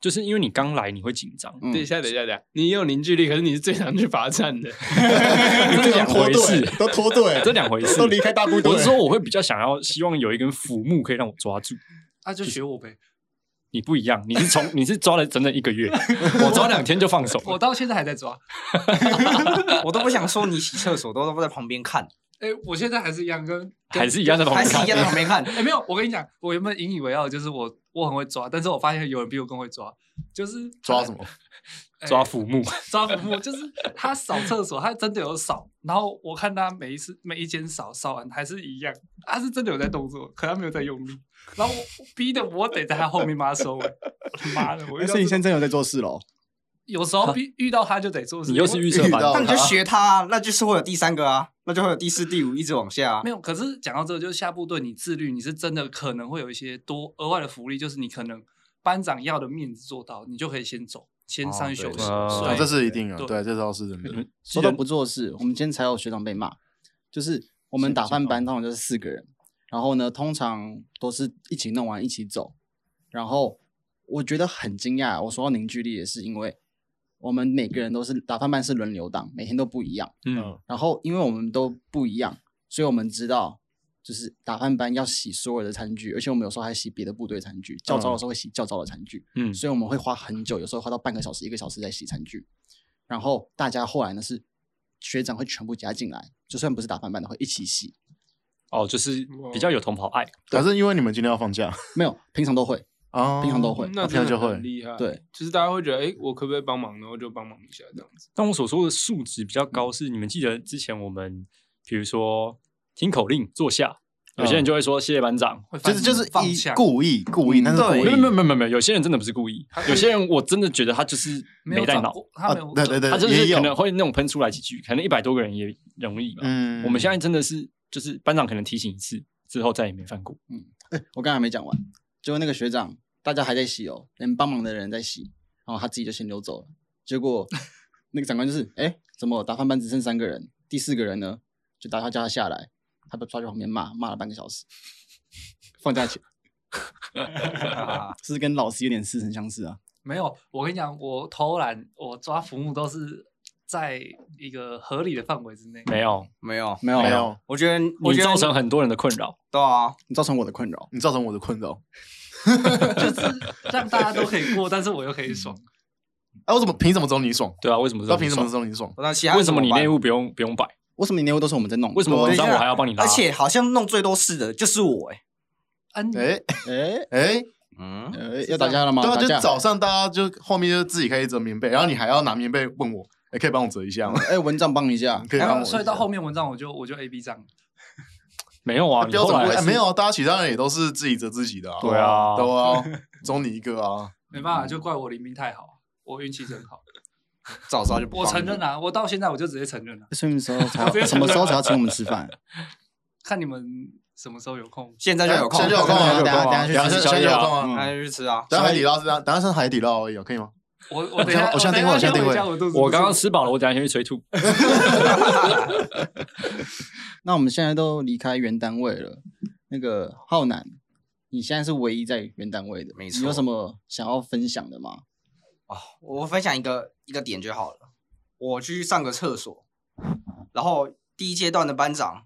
Speaker 3: 就是因为你刚来你会紧张，
Speaker 2: 嗯
Speaker 1: 等一下等一下等一下，你也有凝聚力，可是你是最常去罚站的，
Speaker 3: 这两回事，
Speaker 5: 都脱队
Speaker 3: 这两回事。
Speaker 5: 都离开大部队
Speaker 3: 我是说我会比较想要，希望有一根腐木可以让我抓住。
Speaker 4: 那啊就学我呗。
Speaker 3: 你不一样，你是从你是抓了整整一个 月，我抓两天就放手了。
Speaker 4: 我到现在还在抓，
Speaker 6: 我都不想说你洗厕所都都在旁边看，
Speaker 4: 哎，我现在还是一样跟
Speaker 3: 还是一样在旁
Speaker 6: 还
Speaker 3: 边
Speaker 6: 是
Speaker 3: 看
Speaker 6: 一样在旁边看。
Speaker 4: 哎，没有，我跟你讲，我原本引以为傲的就是我我很会抓，但是我发现有人比我更会抓，就是
Speaker 5: 抓什么？
Speaker 4: 哎
Speaker 3: 抓腐木，
Speaker 4: 抓不住，就是他扫厕所，他真的有扫。然后我看他每一次每一间扫扫完还是一样，他是真的有在动作，可他没有在用力。然后我我逼的我得在他后面帮他收尾。妈的，我遇到
Speaker 2: 所以你
Speaker 4: 这种
Speaker 2: 现在有在做事喽？
Speaker 4: 有时候 遇遇到他就得做事。
Speaker 3: 你又是预测
Speaker 5: 遇到
Speaker 3: 班，
Speaker 6: 那你就学他、啊，那就是会有第三个啊，那就会有第四、第五，一直往 下、啊
Speaker 4: 没。有，可是讲到这个，就是下部队你自律，你是真的可能会有一些多额外的福利，就是你可能班长要的面子做到，你就可以先走，先上去
Speaker 6: 哦
Speaker 4: 休息。
Speaker 6: 对
Speaker 3: 哦
Speaker 4: 所
Speaker 5: 啊
Speaker 4: 以
Speaker 5: 这是一定啊，
Speaker 4: 对
Speaker 5: 对，这倒是真的。
Speaker 3: 嗯
Speaker 2: 说到不做事，我们今天才有学长被骂，就是我们打饭班通常就是四个人，然后呢，通常都是一起弄完一起走，然后我觉得很惊讶，我说到凝聚力也是因为我们每个人都是打饭班是轮流当，每天都不一样，
Speaker 3: 嗯，
Speaker 2: 然后因为我们都不一样，所以我们知道。就是打饭班要洗所有的餐具，而且我们有时候还洗别的部队餐具。教招的时候会洗教招的餐具，
Speaker 3: 嗯
Speaker 2: 所以我们会花很久，有时候花到半个小时、一个小时在洗餐具。然后大家后来呢是学长会全部加进来，就算不是打翻班的会一起洗，
Speaker 5: 啊
Speaker 3: 哦，就是比较有同袍爱，
Speaker 5: 可是因为你们今天要放假
Speaker 2: 没有平常都会。
Speaker 5: 啊，
Speaker 2: 平常都会
Speaker 1: 那
Speaker 5: 平常
Speaker 1: 真的
Speaker 5: 就会
Speaker 1: 很厉害，
Speaker 2: 对，
Speaker 1: 就是大家会觉得哎、我可不可以帮忙，然后就帮忙一下这样子，
Speaker 3: 但我所说的素质比较高，是你们记得之前我们，比如说听口令坐下，有些人就会说谢谢班长，
Speaker 4: 会放
Speaker 5: 就是就是
Speaker 4: 放
Speaker 5: 一
Speaker 4: 下
Speaker 5: 故意故意，但是故
Speaker 3: 没有
Speaker 5: 意
Speaker 3: 没有没有没有没有，有些人真的不是故意，有些人我真的觉得他就是
Speaker 4: 没有
Speaker 3: 没带
Speaker 4: 找
Speaker 3: 脑，
Speaker 4: 过，
Speaker 5: 啊
Speaker 4: 他没有，
Speaker 5: 对对对
Speaker 3: 他就，
Speaker 5: 也
Speaker 3: 是可能
Speaker 5: 有。
Speaker 3: 会那种喷出来几句，可能一百多个人也容易嘛。
Speaker 5: 嗯
Speaker 3: 我们现在真的是就是班长可能提醒一次之后再也没犯过，
Speaker 2: 哎，我刚才还没讲完，结果那个学长大家还在洗哦，连帮忙的人在洗，然后他自己就先溜走了。结果那个长官就是，哎，怎么打翻班只剩三个人，第四个人呢就打算叫他下来，他被抓去旁边骂，骂了半个小时。放假前
Speaker 6: 啊
Speaker 2: 是不是跟老师有点似曾相识啊？
Speaker 4: 没有，我跟你讲，我偷懒，我抓浮木都是在一个合理的范围之内。
Speaker 3: 没有，
Speaker 6: 没有，
Speaker 2: 没有，
Speaker 5: 没，有，
Speaker 6: 我觉得，我
Speaker 3: 你
Speaker 6: 觉得
Speaker 3: 造成很多人的困扰。
Speaker 6: 对啊，
Speaker 2: 你造成我的困扰。
Speaker 5: 你造成我的困扰。
Speaker 4: 就是让大家都可以过，但是我又可以爽。
Speaker 5: 哎，我怎么凭什么只有你爽？
Speaker 3: 对啊，为什么这
Speaker 5: 那
Speaker 3: 么
Speaker 5: 凭什么
Speaker 3: 爽？
Speaker 5: 只有你爽？
Speaker 6: 那其他
Speaker 3: 为什么你
Speaker 6: 办
Speaker 3: 内务不用不用摆？
Speaker 2: 为什么你内务都是我们在弄？
Speaker 3: 为什么文章我还要帮你拉？
Speaker 6: 而且好像弄最多事的就是我哎、
Speaker 4: 安妮，
Speaker 5: 哎
Speaker 2: 哎
Speaker 5: 哎，
Speaker 6: 嗯，
Speaker 2: 呃，要打架了吗？
Speaker 5: 对啊，
Speaker 2: 打
Speaker 5: 就
Speaker 2: 架。
Speaker 5: 早上大家就后面就自己可以折棉被，然后你还要拿棉被问我，哎，可以帮我折一下吗？
Speaker 2: 哎，蚊帐帮一下。
Speaker 5: 可以
Speaker 4: 然
Speaker 5: 帮
Speaker 4: 后
Speaker 5: 我。
Speaker 4: 所以到后面文章我就我就 A B 账，
Speaker 3: 没有啊，你
Speaker 5: 标
Speaker 3: 后
Speaker 5: 准不
Speaker 3: 来还
Speaker 5: 一哎
Speaker 3: 是
Speaker 5: 没有，啊，大家其他人也都是自己折自己的啊。
Speaker 3: 对啊
Speaker 5: 对啊，中你一个啊。
Speaker 4: 没办法，就怪我临兵太好，我运气真好。
Speaker 6: 早知道就不
Speaker 4: 我
Speaker 6: 放
Speaker 4: 承
Speaker 6: 了
Speaker 4: 认啊，我到现在我就直接承认了、
Speaker 2: 什么时候才要什么时候才要请我们吃饭？
Speaker 4: 看你们什么时候有空？
Speaker 6: 现在就有空，
Speaker 5: 现在就有空啊
Speaker 2: 等下等下
Speaker 5: 等下
Speaker 2: 去
Speaker 5: 现
Speaker 2: 吃
Speaker 5: 在就有空啊。
Speaker 6: 那
Speaker 2: 嗯
Speaker 6: 就去吃啊。
Speaker 5: 等下海底捞是等下是海底捞而已啊，可以吗？
Speaker 4: 我我等一
Speaker 5: 我
Speaker 4: 下，
Speaker 5: 现在
Speaker 4: 等一
Speaker 5: 定位我
Speaker 4: 下
Speaker 5: 现在定位
Speaker 4: 一下我肚子
Speaker 3: 我刚
Speaker 4: 不
Speaker 3: 刚
Speaker 4: 舒服
Speaker 3: 吃饱了，我等一下先去催吐。
Speaker 2: 那我们现在都离开原单位了，那个浩南，你现在是唯一在原单位的，
Speaker 6: 没
Speaker 2: 你有
Speaker 6: 错
Speaker 2: 什么想要分享的吗？
Speaker 6: 哦，我分享一个一个点就好了。我去上个厕所，然后第一阶段的班长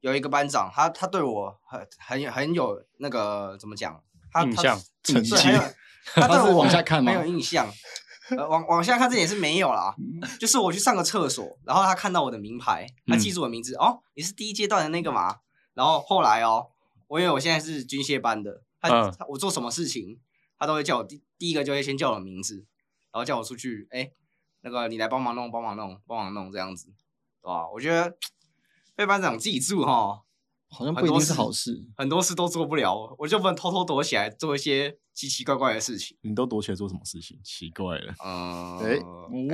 Speaker 6: 有一个班长，他他对我很很有很有那个怎么讲？他
Speaker 3: 印
Speaker 6: 他
Speaker 3: 象
Speaker 6: 对
Speaker 2: 印
Speaker 6: 很有
Speaker 2: 象他
Speaker 6: 他对
Speaker 2: 是
Speaker 6: 我
Speaker 2: 往下看吗
Speaker 6: 很有印象。呃，往往下看这也是没有啦，就是我去上个厕所，然后他看到我的名牌，他
Speaker 3: 嗯
Speaker 6: 记住我的名字，哦，你是第一阶段的那个嘛。然后后来哦，我因为我现在是军械班的，他、
Speaker 3: 嗯
Speaker 6: 他我做什么事情，他都会叫我第第一个就会先叫我的名字，然后叫我出去，哎、那个你来帮忙弄，帮忙弄，帮忙弄这样子，对吧、我觉得被班长记住哈，
Speaker 2: 好像
Speaker 6: 很
Speaker 2: 不一
Speaker 6: 多
Speaker 2: 定是
Speaker 6: 事
Speaker 2: 好事。
Speaker 6: 很多事都做不了，我就不能偷偷躲起来做一些奇奇怪怪的事情。
Speaker 5: 你都躲起来做什么事情？奇怪了，
Speaker 6: 嗯，
Speaker 5: 哎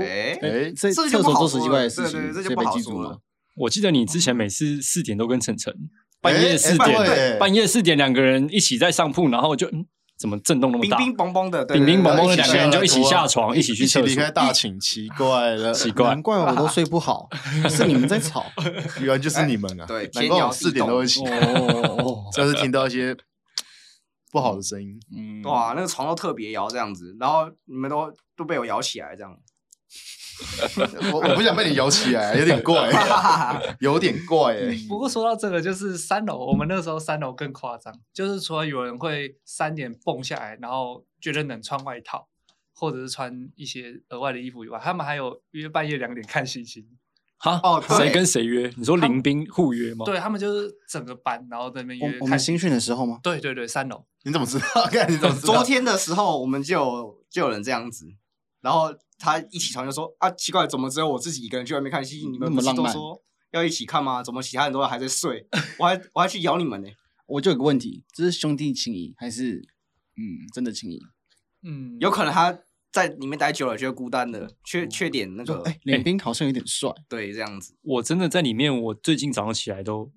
Speaker 6: 哎
Speaker 5: 哎
Speaker 2: 哎，厕
Speaker 6: 这
Speaker 2: 厕
Speaker 6: 就不
Speaker 2: 所
Speaker 6: 好
Speaker 2: 做奇
Speaker 6: 说
Speaker 2: 怪
Speaker 6: 了
Speaker 2: 的事
Speaker 6: 对对
Speaker 2: 情，
Speaker 6: 这就
Speaker 2: 所以
Speaker 6: 不
Speaker 2: 被
Speaker 6: 好
Speaker 2: 记
Speaker 6: 说
Speaker 2: 住
Speaker 6: 了
Speaker 2: 了。
Speaker 3: 我记得你之
Speaker 4: 哦
Speaker 3: 前每次四点都跟晨晨半夜
Speaker 5: 哎
Speaker 3: 四
Speaker 5: 哎
Speaker 3: 点，
Speaker 5: 对
Speaker 3: 半夜四点两个人一起在上铺，然后我就嗯，怎么震动那么
Speaker 6: 冰
Speaker 3: 大？
Speaker 6: 冰嘣嘣的，对
Speaker 3: 冰冰
Speaker 6: 对
Speaker 3: 嘣
Speaker 6: 对
Speaker 3: 嘣的
Speaker 6: 对
Speaker 3: 两个人就一起下床，
Speaker 5: 一
Speaker 3: 一起去
Speaker 5: 一起
Speaker 3: 厕
Speaker 5: 离
Speaker 3: 所，
Speaker 5: 开 大寝，奇怪了，
Speaker 3: 奇怪
Speaker 2: 难。怪我都睡不 好，是你们在吵。哎
Speaker 5: 原来就是你们啊！
Speaker 6: 对
Speaker 5: 难
Speaker 6: 天
Speaker 5: 怪
Speaker 6: 摇
Speaker 5: 我
Speaker 6: 地
Speaker 5: 四点都
Speaker 6: 动
Speaker 5: 会起，
Speaker 2: 哦，
Speaker 5: 要是听到一些不好的声音，
Speaker 2: 嗯，
Speaker 6: 哇，那个床都特别摇这样子，然后你们都都被我摇起来这样，
Speaker 5: 我我不想被你摇起来，有点怪，有点怪
Speaker 2: 嗯
Speaker 5: 哎。
Speaker 4: 不过说到这个，就是三楼，我们那时候三楼更夸张，就是除了有人会三点蹦下来，然后觉得冷穿外套，或者是穿一些额外的衣服以外，他们还有约半夜两点看星星。
Speaker 3: 哈
Speaker 6: 哦，对
Speaker 3: 谁跟谁约？你说林兵互约吗？
Speaker 4: 对他们就是整个班，然后在那边约
Speaker 2: 我我
Speaker 4: 看
Speaker 2: 们新训的时候吗？
Speaker 4: 对对对，三楼。
Speaker 5: 你怎么知道？ 看你怎么知道？
Speaker 6: 昨天的时候我们就有就有人这样子，然后他一起床就说啊，奇怪，怎么只有我自己一个人去外面看戏？你
Speaker 2: 那
Speaker 6: 们
Speaker 2: 么
Speaker 6: 不是
Speaker 2: 浪
Speaker 6: 都
Speaker 2: 漫
Speaker 6: 说要一起看吗？怎么其他人都还在睡？我还我还去摇你们呢。
Speaker 2: 我就有个问题，这是兄弟情谊还是嗯真的情谊？
Speaker 4: 嗯，
Speaker 6: 有可能他在里面待久了，觉得孤单的，缺缺点那
Speaker 2: 说
Speaker 6: 个，
Speaker 2: 哎，林斌好像有点帅，
Speaker 6: 对这样子。
Speaker 3: 我真的在里面，我最近早上起来都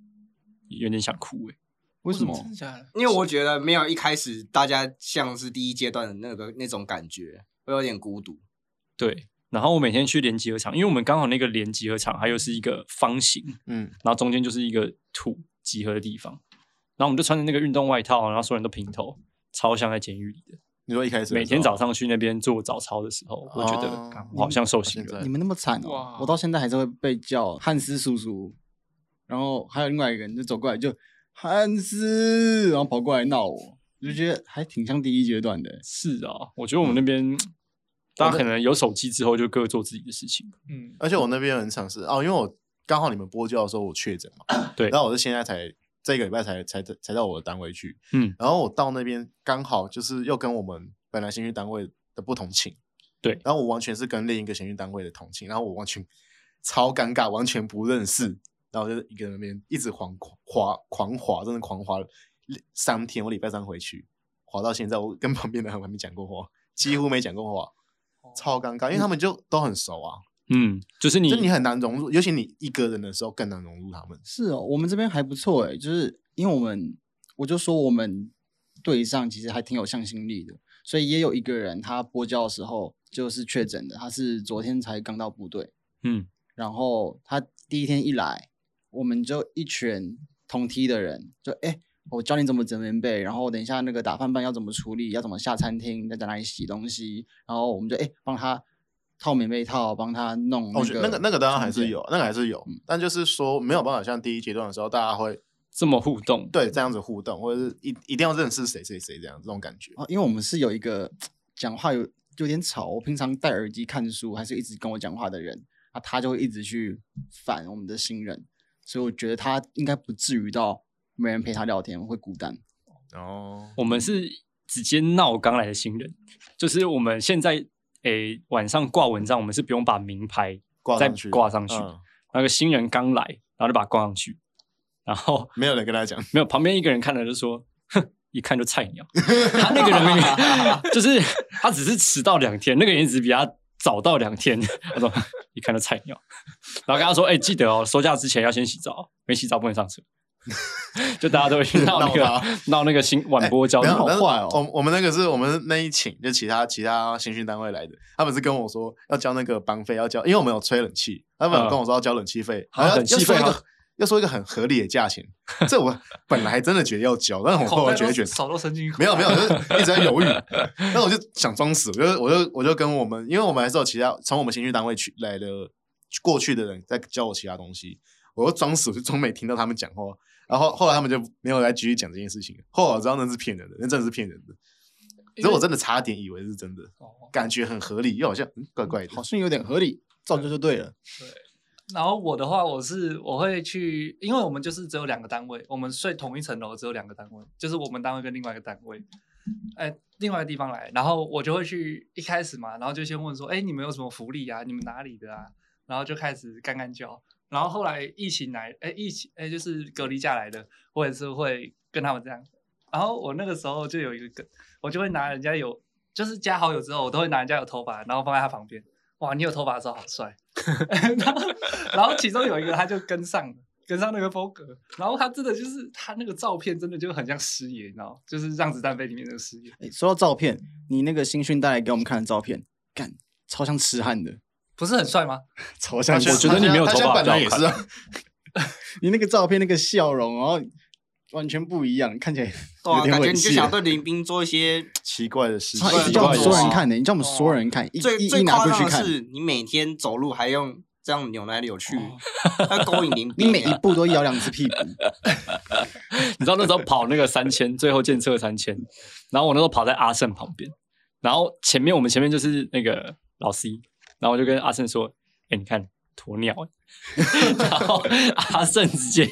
Speaker 3: 有点想哭哎、
Speaker 2: 为什么？
Speaker 4: 真的假的？
Speaker 6: 因为我觉得没有一开始大家像是第一阶段的那个那种感觉，会有点孤独。
Speaker 3: 对，然后我每天去连集合场，因为我们刚好那个连集合场还有是一个方形，
Speaker 5: 嗯，
Speaker 3: 然后中间就是一个土集合的地方，然后我们就穿着那个运动外套，然后所有人都平头，超像在监狱里的。
Speaker 5: 你说一开始的时候
Speaker 3: 每天早上去那边做早操的时候，我觉得
Speaker 5: 哦
Speaker 3: 干我好像受刑
Speaker 5: 现
Speaker 3: 了。
Speaker 5: 在
Speaker 2: 你们那么惨哦
Speaker 1: 哇！
Speaker 2: 我到现在还是会被叫汉斯叔叔，然后还有另外一个人就走过来就汉斯，然后跑过来闹我，就觉得还挺像第一阶段的。
Speaker 3: 是啊，我觉得我们
Speaker 5: 嗯
Speaker 3: 那边、
Speaker 5: 哦
Speaker 3: 大家可能有手机之后就各做自己的事情。
Speaker 4: 嗯，
Speaker 5: 而且我那边很尝试哦，因为我刚好你们播教的时候我确诊嘛，
Speaker 3: 嗯对
Speaker 5: 然后我是现在才这个礼拜才才才到我的单位去，
Speaker 3: 嗯，
Speaker 5: 然后我到那边刚好就是又跟我们本来新训单位的不同寝，
Speaker 3: 对
Speaker 5: 然后我完全是跟另一个新训单位的同寝，然后我完全超尴尬，完全不认识，然后我就是一个人那边一直狂滑狂滑，真的狂滑了三天，我礼拜三回去滑到现在，我跟旁边的人还没讲过话，几乎没讲过话。超尴尬，因为他们就都很熟啊，
Speaker 3: 嗯，就是你
Speaker 5: 就你很难融入，尤其你一个人的时候更难融入他们。
Speaker 2: 是哦，我们这边还不错诶，就是因为我们，我就说我们队上其实还挺有向心力的，所以也有一个人他播教的时候就是确诊的，他是昨天才刚到部队，
Speaker 3: 嗯
Speaker 2: 然后他第一天一来，我们就一群同梯的人就哎、诶我教你怎么整棉被，然后等一下那个打饭班要怎么处理，要怎么下餐厅，要在哪里洗东西，然后我们就哎、诶帮他套棉被套，帮他弄、那个
Speaker 5: 哦我觉得那个那嗯个当然还
Speaker 2: 床
Speaker 5: 是
Speaker 2: 垫
Speaker 5: 有，那个还是有，但就是说没有办法像第一阶段的时候，大家会
Speaker 3: 这么互动，
Speaker 5: 对这样子互动，或者是一一定要认识谁谁谁这样这种感觉。
Speaker 2: 啊，因为我们是有一个讲话有有点吵，我平常戴耳机看书，还是一直跟我讲话的人啊，他就会一直去烦我们的新人，所以我觉得他应该不至于到没人陪他聊天会孤单。
Speaker 5: 哦，
Speaker 3: 我们是直接闹刚来的新人，就是我们现在诶、晚上挂文章，我们是不用把名牌
Speaker 5: 挂
Speaker 3: 再
Speaker 5: 上去
Speaker 3: 挂上去。
Speaker 5: 嗯
Speaker 3: 那个新人刚来，然后就把它挂上去，然后
Speaker 5: 没有人跟他讲，
Speaker 3: 没有旁边一个人看了就说：“哼，一看就菜鸟。”他那个人明 明就是他只是迟到两天，那个人只比他早到两天。他说：“一看就菜鸟。”然后跟他说：“哎、记得哦，收假之前要先洗澡，没洗澡不能上车。” 就大家都会去闹那
Speaker 5: 闹
Speaker 3: 个闹那个新晚播交
Speaker 5: 哎没
Speaker 3: 流
Speaker 5: 有，但是
Speaker 2: 坏哦
Speaker 5: 我我们那个是我们那一寝，就其他其他新训单位来的，他们是跟我说要交那个班费，要交，因为我们有吹冷气，他们有
Speaker 3: 嗯
Speaker 5: 跟我说要交冷气费，
Speaker 3: 啊
Speaker 5: 然后要
Speaker 3: 冷
Speaker 5: 要
Speaker 3: 气费
Speaker 5: 说一
Speaker 3: 啊
Speaker 5: 个要说一个很合理的价钱。这我 本来真的觉得要交，但是我后
Speaker 4: 口
Speaker 5: 来
Speaker 4: 袋
Speaker 5: 觉
Speaker 4: 都
Speaker 5: 得觉得
Speaker 4: 手都伸进 去，
Speaker 5: 没有没有，就是一直在犹豫。 那我就想装死，我就我就我就跟我们，因为我们还是有其他从我们新训单位去来的过去的人在教我其他东西，我就装死，我就装没听到他们讲话。然后后来他们就没有来继续讲这件事情。后来我知道那是骗人的，那真的是骗人的。
Speaker 1: 因为
Speaker 5: 所以我真的差点以为是真的，
Speaker 4: 哦
Speaker 5: 感觉很合理，又好像、嗯、怪怪的。
Speaker 2: 好像有点合理，照着就对了。
Speaker 4: 然后我的话，我是我会去，因为我们就是只有两个单位，我们睡同一层楼，只有两个单位，就是我们单位跟另外一个单位，哎，另外一个地方来，然后我就会去一开始嘛，然后就先问说，哎，你们有什么福利啊？你们哪里的啊？然后就开始干干叫，然后后来疫情来，哎，疫情哎就是隔离下来的，我也是会跟他们这样，然后我那个时候就有一个梗，我就会拿人家有，就是加好友之后，我都会拿人家有头发，然后放在他旁边。哇，你有头发的时候好帅。 然后，然后其中有一个他就跟上了，跟上那个风格，然后他真的就是他那个照片真的就很像师爷，你知道吗，就是《让子弹飞》里面的师爷。
Speaker 2: 哎，说到照片，你那个新训带来给我们看的照片，干超像痴汉的，
Speaker 4: 不是很帅吗？
Speaker 2: 超像痴
Speaker 3: 我
Speaker 2: 汉。
Speaker 3: 觉得你没有
Speaker 5: 他
Speaker 3: 头
Speaker 5: 现在
Speaker 3: 发
Speaker 5: 本来
Speaker 3: 比
Speaker 5: 也
Speaker 3: 较好
Speaker 5: 是啊，
Speaker 2: 你那个照片那个笑容，然后完全不一样，看起来
Speaker 6: 对啊，
Speaker 2: 有点
Speaker 6: 感觉
Speaker 2: 猥
Speaker 6: 你就
Speaker 2: 亵
Speaker 6: 想对林斌做一些
Speaker 5: 奇怪的事情
Speaker 2: 他一直。叫我们所 有人看的，你叫我们所有人看，一
Speaker 6: 最
Speaker 2: 一
Speaker 6: 哦最
Speaker 2: 一拿
Speaker 6: 夸
Speaker 2: 过
Speaker 6: 张
Speaker 2: 去
Speaker 6: 的
Speaker 2: 看，
Speaker 6: 是，你每天走路还用这样扭来扭去，要勾引林
Speaker 2: 你
Speaker 6: 斌
Speaker 2: 每一
Speaker 6: 欸。
Speaker 2: 步都摇两次屁股，
Speaker 3: 你知道那时候跑那个三千， 最后建设三千，然后我那时候跑在阿胜旁边，然后前面我们前面就是那个老 C，然后我就跟阿胜说：“哎、你看鸵鸟。”欸 然后阿胜直接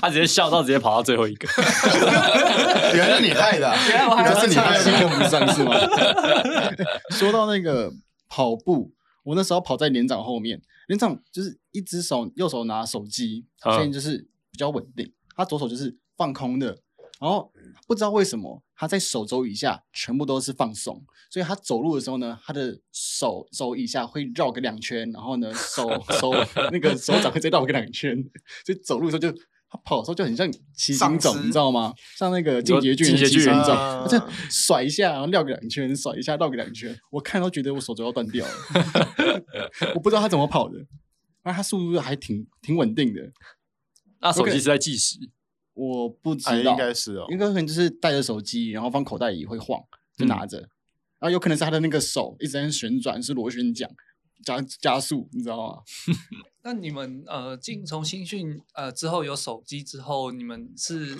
Speaker 3: 他直接笑到直接跑到最后一个，
Speaker 5: 原来是你害的啊、
Speaker 4: 原来我还
Speaker 5: 原来是
Speaker 4: 有
Speaker 5: 你害
Speaker 2: 心
Speaker 5: 的。
Speaker 2: 跟不上是 吗？说到那个跑步，我那时候跑在连长后面，连长就是一只手右手拿手机，
Speaker 3: 嗯
Speaker 2: 所以就是比较稳定，他左手就是放空的，然后不知道为什么他在手肘以下全部都是放松，所以他走路的时候呢，他的手肘以下会绕个两圈，然后呢手手那个手掌会再绕个两圈，所以走路的时候就。他跑的时候就很像骑行
Speaker 6: 丧
Speaker 2: 种，
Speaker 6: 尸
Speaker 2: 你知道吗？像那个进
Speaker 3: 说
Speaker 2: 阶巨
Speaker 3: 进
Speaker 2: 人
Speaker 3: 阶
Speaker 2: 骑
Speaker 3: 巨
Speaker 2: 行
Speaker 3: 人
Speaker 2: 种，他
Speaker 5: 啊
Speaker 2: 就甩一下，然后绕个两圈，甩一下绕个两圈，我看都觉得我手肘要断掉了， 我不知道他怎么跑的，那他速度还挺挺稳定的，
Speaker 3: 那手机是在计时，
Speaker 2: 我不知
Speaker 5: 哎，
Speaker 2: 道，
Speaker 5: 应该是哦。
Speaker 2: 应该可能就是带着手机，然后放口袋里会晃，就拿着，然后有可能是他的那个手一直在旋转，是螺旋桨加加速，你知道吗？
Speaker 4: 那你们呃进从新训呃之后有手机之后，你们是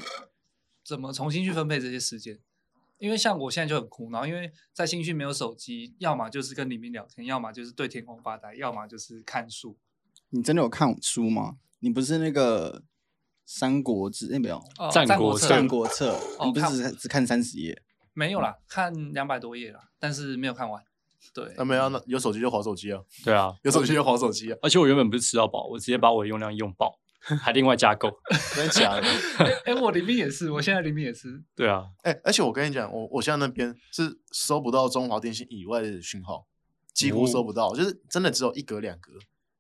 Speaker 4: 怎么重新去分配这些时间？因为像我现在就很苦恼，因为在新训没有手机，要么就是跟李斌聊天，要么就是对天空发呆，要么就是看书。
Speaker 2: 你真的有看书吗？你不是那个《三国志》哎那没有？
Speaker 4: 呃
Speaker 3: 战
Speaker 4: 战
Speaker 3: 国
Speaker 4: 国
Speaker 2: 《
Speaker 4: 策
Speaker 2: 三国策》
Speaker 4: 哦
Speaker 2: 你不
Speaker 4: 看
Speaker 2: 是只只看三十页？
Speaker 4: 没有啦，看两百多页啦，但是没有看完。对，
Speaker 5: 啊那没有，那有手机就划手机啊，
Speaker 3: 对啊。
Speaker 5: 有手机就划手 机啊，
Speaker 3: 而且我原本不是吃到饱，我直接把我的用量用爆， 还另外加购。
Speaker 5: 真的假的？
Speaker 4: 哎、我林斌也是，我现在林斌也是，嗯
Speaker 3: 对啊，
Speaker 5: 哎、而且我跟你讲，我我现在那边是收不到中华电信以外的讯号，几乎
Speaker 3: 哦
Speaker 5: 收不到，就是真的只有一格两格，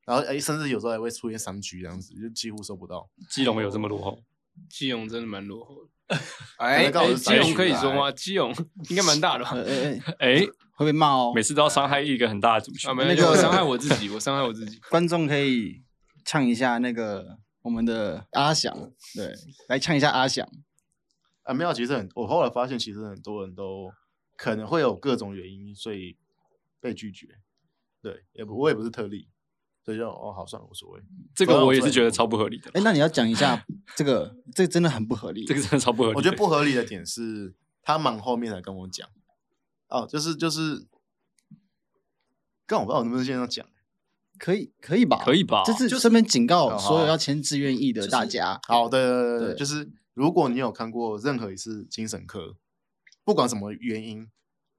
Speaker 5: 然后哎、甚至有时候还会出现三 G 这样子，就几乎收不到。
Speaker 3: 基隆有这么落后？
Speaker 1: 基隆真的蛮落后的。
Speaker 6: 哎，
Speaker 5: 刚好是
Speaker 1: 基
Speaker 5: 三
Speaker 1: 隆
Speaker 5: G
Speaker 1: 可以说吗？基隆应该蛮大的吧
Speaker 2: 呃？呃呃，
Speaker 3: 哎、
Speaker 2: 会被骂哦。
Speaker 3: 每次都要伤害一个很大的族群
Speaker 1: 啊，。没有，
Speaker 2: 那个
Speaker 1: 我伤害我自己，我伤害我自己。
Speaker 2: 观众可以唱一下那个我们的阿翔，对，来唱一下阿翔。
Speaker 5: 啊？没有，其实很，我后来发现，其实很多人都可能会有各种原因，所以被拒绝。对，也不我也不是特例，所以就哦，好算了，无所谓。
Speaker 3: 这个我也是觉得超不合理的，
Speaker 2: 哎，那你要讲一下这个，这真的很不合理。
Speaker 3: 这个真的超不合理的。
Speaker 5: 我觉得不合理的点是，他忙后面才跟我讲，哦，就是就是，但我不知道我能不能现在讲。
Speaker 2: 可以，可以吧？
Speaker 3: 可以吧？
Speaker 2: 这是
Speaker 4: 就是
Speaker 2: 顺便警告
Speaker 5: 哦
Speaker 2: 所有
Speaker 5: 好
Speaker 2: 要签志愿意的
Speaker 4: 就是
Speaker 2: 大家。
Speaker 5: 好的，
Speaker 2: 对
Speaker 5: 对就是如果你有看过任何一次精神科，不管什么原因，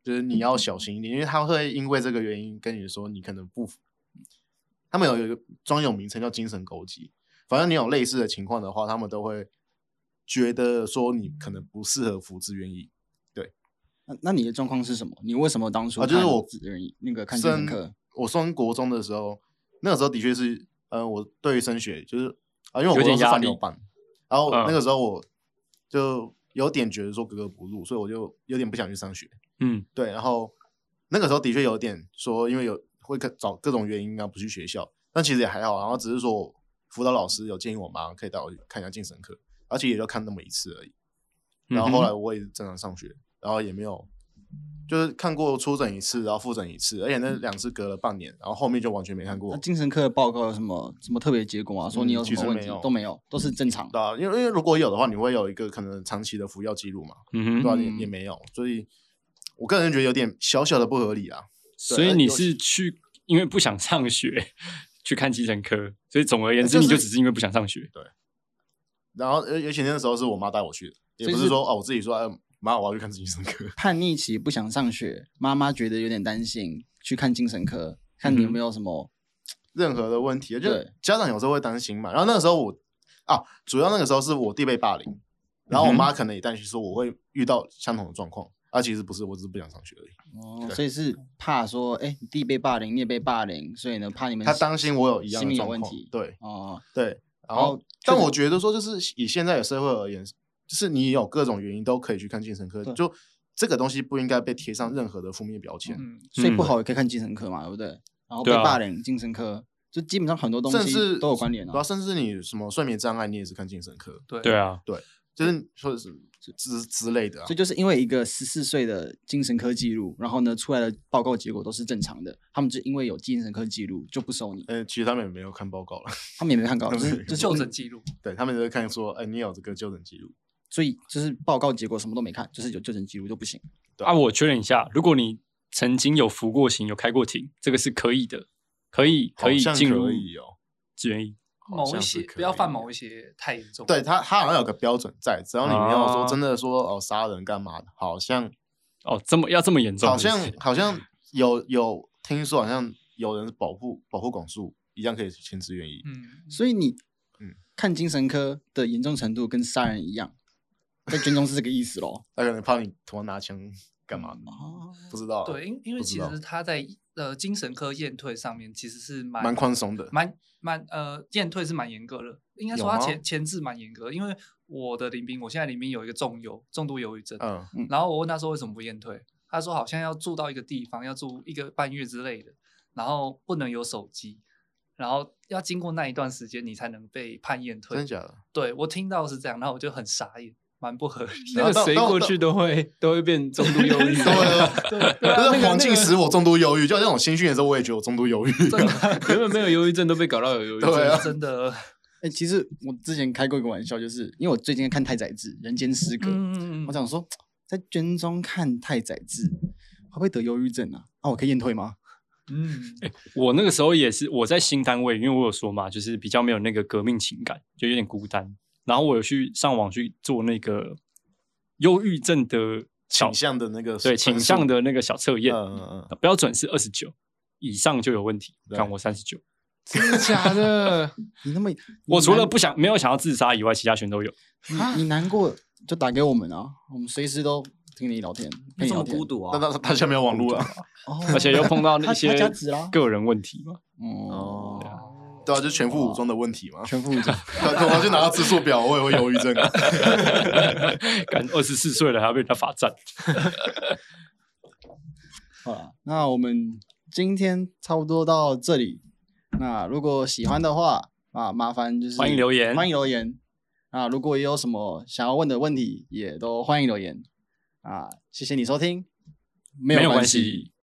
Speaker 5: 就是你要小心一点，因为他会因为这个原因跟你说你可能不符。他们有有一个专有名称叫精神勾结，反正你有类似的情况的话，他们都会觉得说你可能不适合服志愿役。
Speaker 2: 那那你的状况是什么？你为什么当初
Speaker 5: 啊，就是
Speaker 2: 看
Speaker 5: 我
Speaker 2: 志愿意那个看精神
Speaker 5: 升
Speaker 2: 科？
Speaker 5: 我升国中的时候，那个时候的确是，呃，我对于升学就是啊、因
Speaker 3: 有
Speaker 5: 为我国
Speaker 3: 点
Speaker 5: 中是
Speaker 3: 压
Speaker 5: 放
Speaker 3: 力
Speaker 5: 牛班，然后那
Speaker 3: 嗯
Speaker 5: 个时候我就有点觉得说格格不入，所以我就有点不想去上学。
Speaker 3: 嗯
Speaker 5: 对，然后那个时候的确有点说，因为有会各找各种原因啊，不去学校，但其实也还好。啊然后只是说辅导老师有建议我妈可以带我去看一下精神科，而且也就看那么一次而已。然后后来我也正常上学，然后也没有，就是看过初诊一次，然后复诊一次，而且那两次隔了半年，然后后面就完全没看过
Speaker 2: 那。精神科的报告有什么什么特别结果啊？说
Speaker 5: 嗯
Speaker 2: 你有什
Speaker 5: 其
Speaker 2: 么
Speaker 5: 实
Speaker 2: 问
Speaker 5: 没
Speaker 2: 题
Speaker 5: 有
Speaker 2: 都没有，都是正常的。
Speaker 5: 对啊，因为因为如果有的话，你会有一个可能长期的服药记录嘛，
Speaker 3: 嗯哼，
Speaker 5: 对吧、也也没有，所以我个人觉得有点小小的不合理啊。
Speaker 3: 所以你是去因为不想上学去看精神科，所以总而言之，
Speaker 5: 就是
Speaker 3: 你就只是因为不想上学。
Speaker 5: 然后而而且那时候是我妈带我去的，也
Speaker 2: 所以
Speaker 5: 不是
Speaker 2: 是
Speaker 5: 说哦我自己说，哎妈我要去看精神科。
Speaker 2: 叛逆期不想上学，妈妈觉得有点担心，去看精神科，
Speaker 5: 嗯
Speaker 2: 看你有没有什么。
Speaker 5: 任何的问题，就是
Speaker 2: 对
Speaker 5: 家长有时候会担心嘛。然后那个时候我啊，主要那个时候是我弟被霸凌，然
Speaker 2: 嗯
Speaker 5: 后我妈可能也担心说我会遇到相同的状况，啊，其实不是，我只是不想上学而已。
Speaker 2: 哦，
Speaker 5: 嗯对
Speaker 2: 所以是怕说，哎、你弟被霸凌，你也被霸凌，所以呢，怕你们
Speaker 5: 他担心我有一样
Speaker 2: 心
Speaker 5: 的
Speaker 2: 理有
Speaker 5: 状
Speaker 2: 问
Speaker 5: 况
Speaker 2: 题，
Speaker 5: 对
Speaker 2: 哦，
Speaker 5: 对。然
Speaker 2: 然后
Speaker 5: 后，但
Speaker 2: 确实
Speaker 5: 我觉得说，就是以现在的社会而言，就是你有各种原因都可以去看精神科，
Speaker 2: 对
Speaker 5: 就这个东西不应该被贴上任何的负面标签，
Speaker 4: 嗯，
Speaker 2: 所以
Speaker 3: 嗯
Speaker 2: 不好也可以看精神科嘛，对不对？然后被
Speaker 3: 对啊
Speaker 2: 霸凌，精神科就基本上很多东
Speaker 5: 甚
Speaker 2: 西
Speaker 5: 至
Speaker 2: 都有关联啊
Speaker 5: 对。甚至你什么睡眠障碍，你也是看精神科，
Speaker 4: 对
Speaker 3: 对啊，
Speaker 5: 就是说是之之类的啊
Speaker 2: 所以。就是因为一个十四岁的精神科记录，然后呢出来的报告结果都是正常的，他们就因为有精神科记录就不收你，
Speaker 5: 呃，其实他们也没有看报告了，
Speaker 2: 他们也没看稿，就是就
Speaker 4: 就
Speaker 2: 是
Speaker 4: 就诊记录，
Speaker 5: 对他们只是看说，哎，你有这个就诊记录，
Speaker 2: 所以就是报告结果什么都没看，就是有就诊记录就不行。
Speaker 5: 对
Speaker 3: 啊，我确认一下，如果你曾经有服过刑、有开过庭，这个是可以的，可以
Speaker 5: 好
Speaker 3: 以
Speaker 5: 像
Speaker 3: 进入
Speaker 5: 可以哦。
Speaker 3: 志愿役。
Speaker 5: 好
Speaker 4: 某
Speaker 5: 像
Speaker 4: 一
Speaker 5: 是
Speaker 4: 些
Speaker 5: 可
Speaker 4: 不要
Speaker 5: 以
Speaker 4: 犯某一些太严重。
Speaker 5: 对他，他好像有个标准在，只要你没有说真的说哦杀人干嘛的，好像
Speaker 3: 哦，这么要这么严重
Speaker 5: 好
Speaker 3: 是不是，
Speaker 5: 像好像有有听说好像有人保护保护广诉一样可以签字愿意，
Speaker 4: 嗯，
Speaker 2: 所以你
Speaker 5: 嗯
Speaker 2: 看精神科的严重程度跟杀人一样，在军中是这个意思咯。
Speaker 5: 他可能怕你突然拿枪干嘛的，
Speaker 2: 哦，
Speaker 5: 不知道啊，
Speaker 4: 对，因因为
Speaker 5: 不知
Speaker 4: 其
Speaker 5: 道
Speaker 4: 实他在呃精神科验退上面其实是蛮
Speaker 5: 蛮宽松的。
Speaker 4: 蛮蛮呃，验退是蛮严格的，应该
Speaker 5: 有
Speaker 4: 说他
Speaker 5: 吗
Speaker 4: 前前置蛮严格的，因为我的林兵，我现在林兵有一个重忧重度忧郁症，
Speaker 5: 嗯，
Speaker 4: 然后我问他说为什么不验退，他说好像要住到一个地方，要住一个半月之类的，然后不能有手机，然后要经过那一段时间你才能被判验退
Speaker 5: 真。假的？
Speaker 4: 对我听到是这样，然后我就很傻眼，蛮不合理
Speaker 3: 嗯
Speaker 4: 的。
Speaker 1: 那个谁过去都会都会变重度忧 郁，
Speaker 5: 对啊，
Speaker 1: 对啊
Speaker 5: 不
Speaker 1: 那
Speaker 5: 是
Speaker 1: 个那
Speaker 5: 黄静
Speaker 1: 个
Speaker 5: 使我重度忧郁，就那种新训的时候，我也觉得我重度忧郁。
Speaker 4: 真的
Speaker 1: 原本没有忧郁症都被搞到有忧郁症，
Speaker 5: 对啊
Speaker 4: 真的，
Speaker 2: 哎、其实我之前开过一个玩笑，就是因为我最近在看太宰治《人间失格》
Speaker 4: 嗯，
Speaker 2: 我想说，在军中看太宰治会不会得忧郁症啊？啊，我可以验退吗？
Speaker 4: 嗯，
Speaker 6: 哎
Speaker 3: 我那个时候也是我在新单位，因为我有说嘛，就是比较没有那个革命情感，就有点孤单。然后我有去上网去做那个忧郁症的小
Speaker 5: 倾向的那个
Speaker 3: 对
Speaker 5: 分数
Speaker 3: 倾向的那个小测验，
Speaker 5: 嗯嗯嗯，
Speaker 3: 标准是二十九以上就有问题。
Speaker 5: 对
Speaker 3: 看我三十九，
Speaker 1: 真的假的？
Speaker 2: 你那么，你
Speaker 3: 我除了
Speaker 2: 难
Speaker 3: 不想没有想要自杀以外，其他全都有。
Speaker 2: 你你难过就打给我们啊，我们随时都跟你聊天，陪
Speaker 6: 你
Speaker 2: 你
Speaker 6: 这
Speaker 2: 聊
Speaker 6: 么
Speaker 2: 天
Speaker 6: 孤。独
Speaker 5: 但
Speaker 6: 啊？
Speaker 5: 他他现在没有网 络了，
Speaker 2: 哦
Speaker 3: 而且又碰到那
Speaker 2: 他
Speaker 3: 些
Speaker 2: 他加啊值啦
Speaker 3: 个人问题嘛。
Speaker 2: 哦，
Speaker 3: 对啊
Speaker 5: 对啊，就全副武装的问题 嘛。啊
Speaker 2: 全副 武装。
Speaker 5: 我要去拿到字数表，我也会忧郁症。啊
Speaker 3: 感二十四岁了还要被人家罚站，
Speaker 2: 好了，那我们今天差不多到这里。那如果喜欢的话啊，麻烦就是
Speaker 3: 欢迎留言
Speaker 2: 欢迎留言。啊，如果也有什么想要问的问题，也都欢迎留言。啊，谢谢你收听，没
Speaker 3: 没有
Speaker 2: 关
Speaker 3: 关系。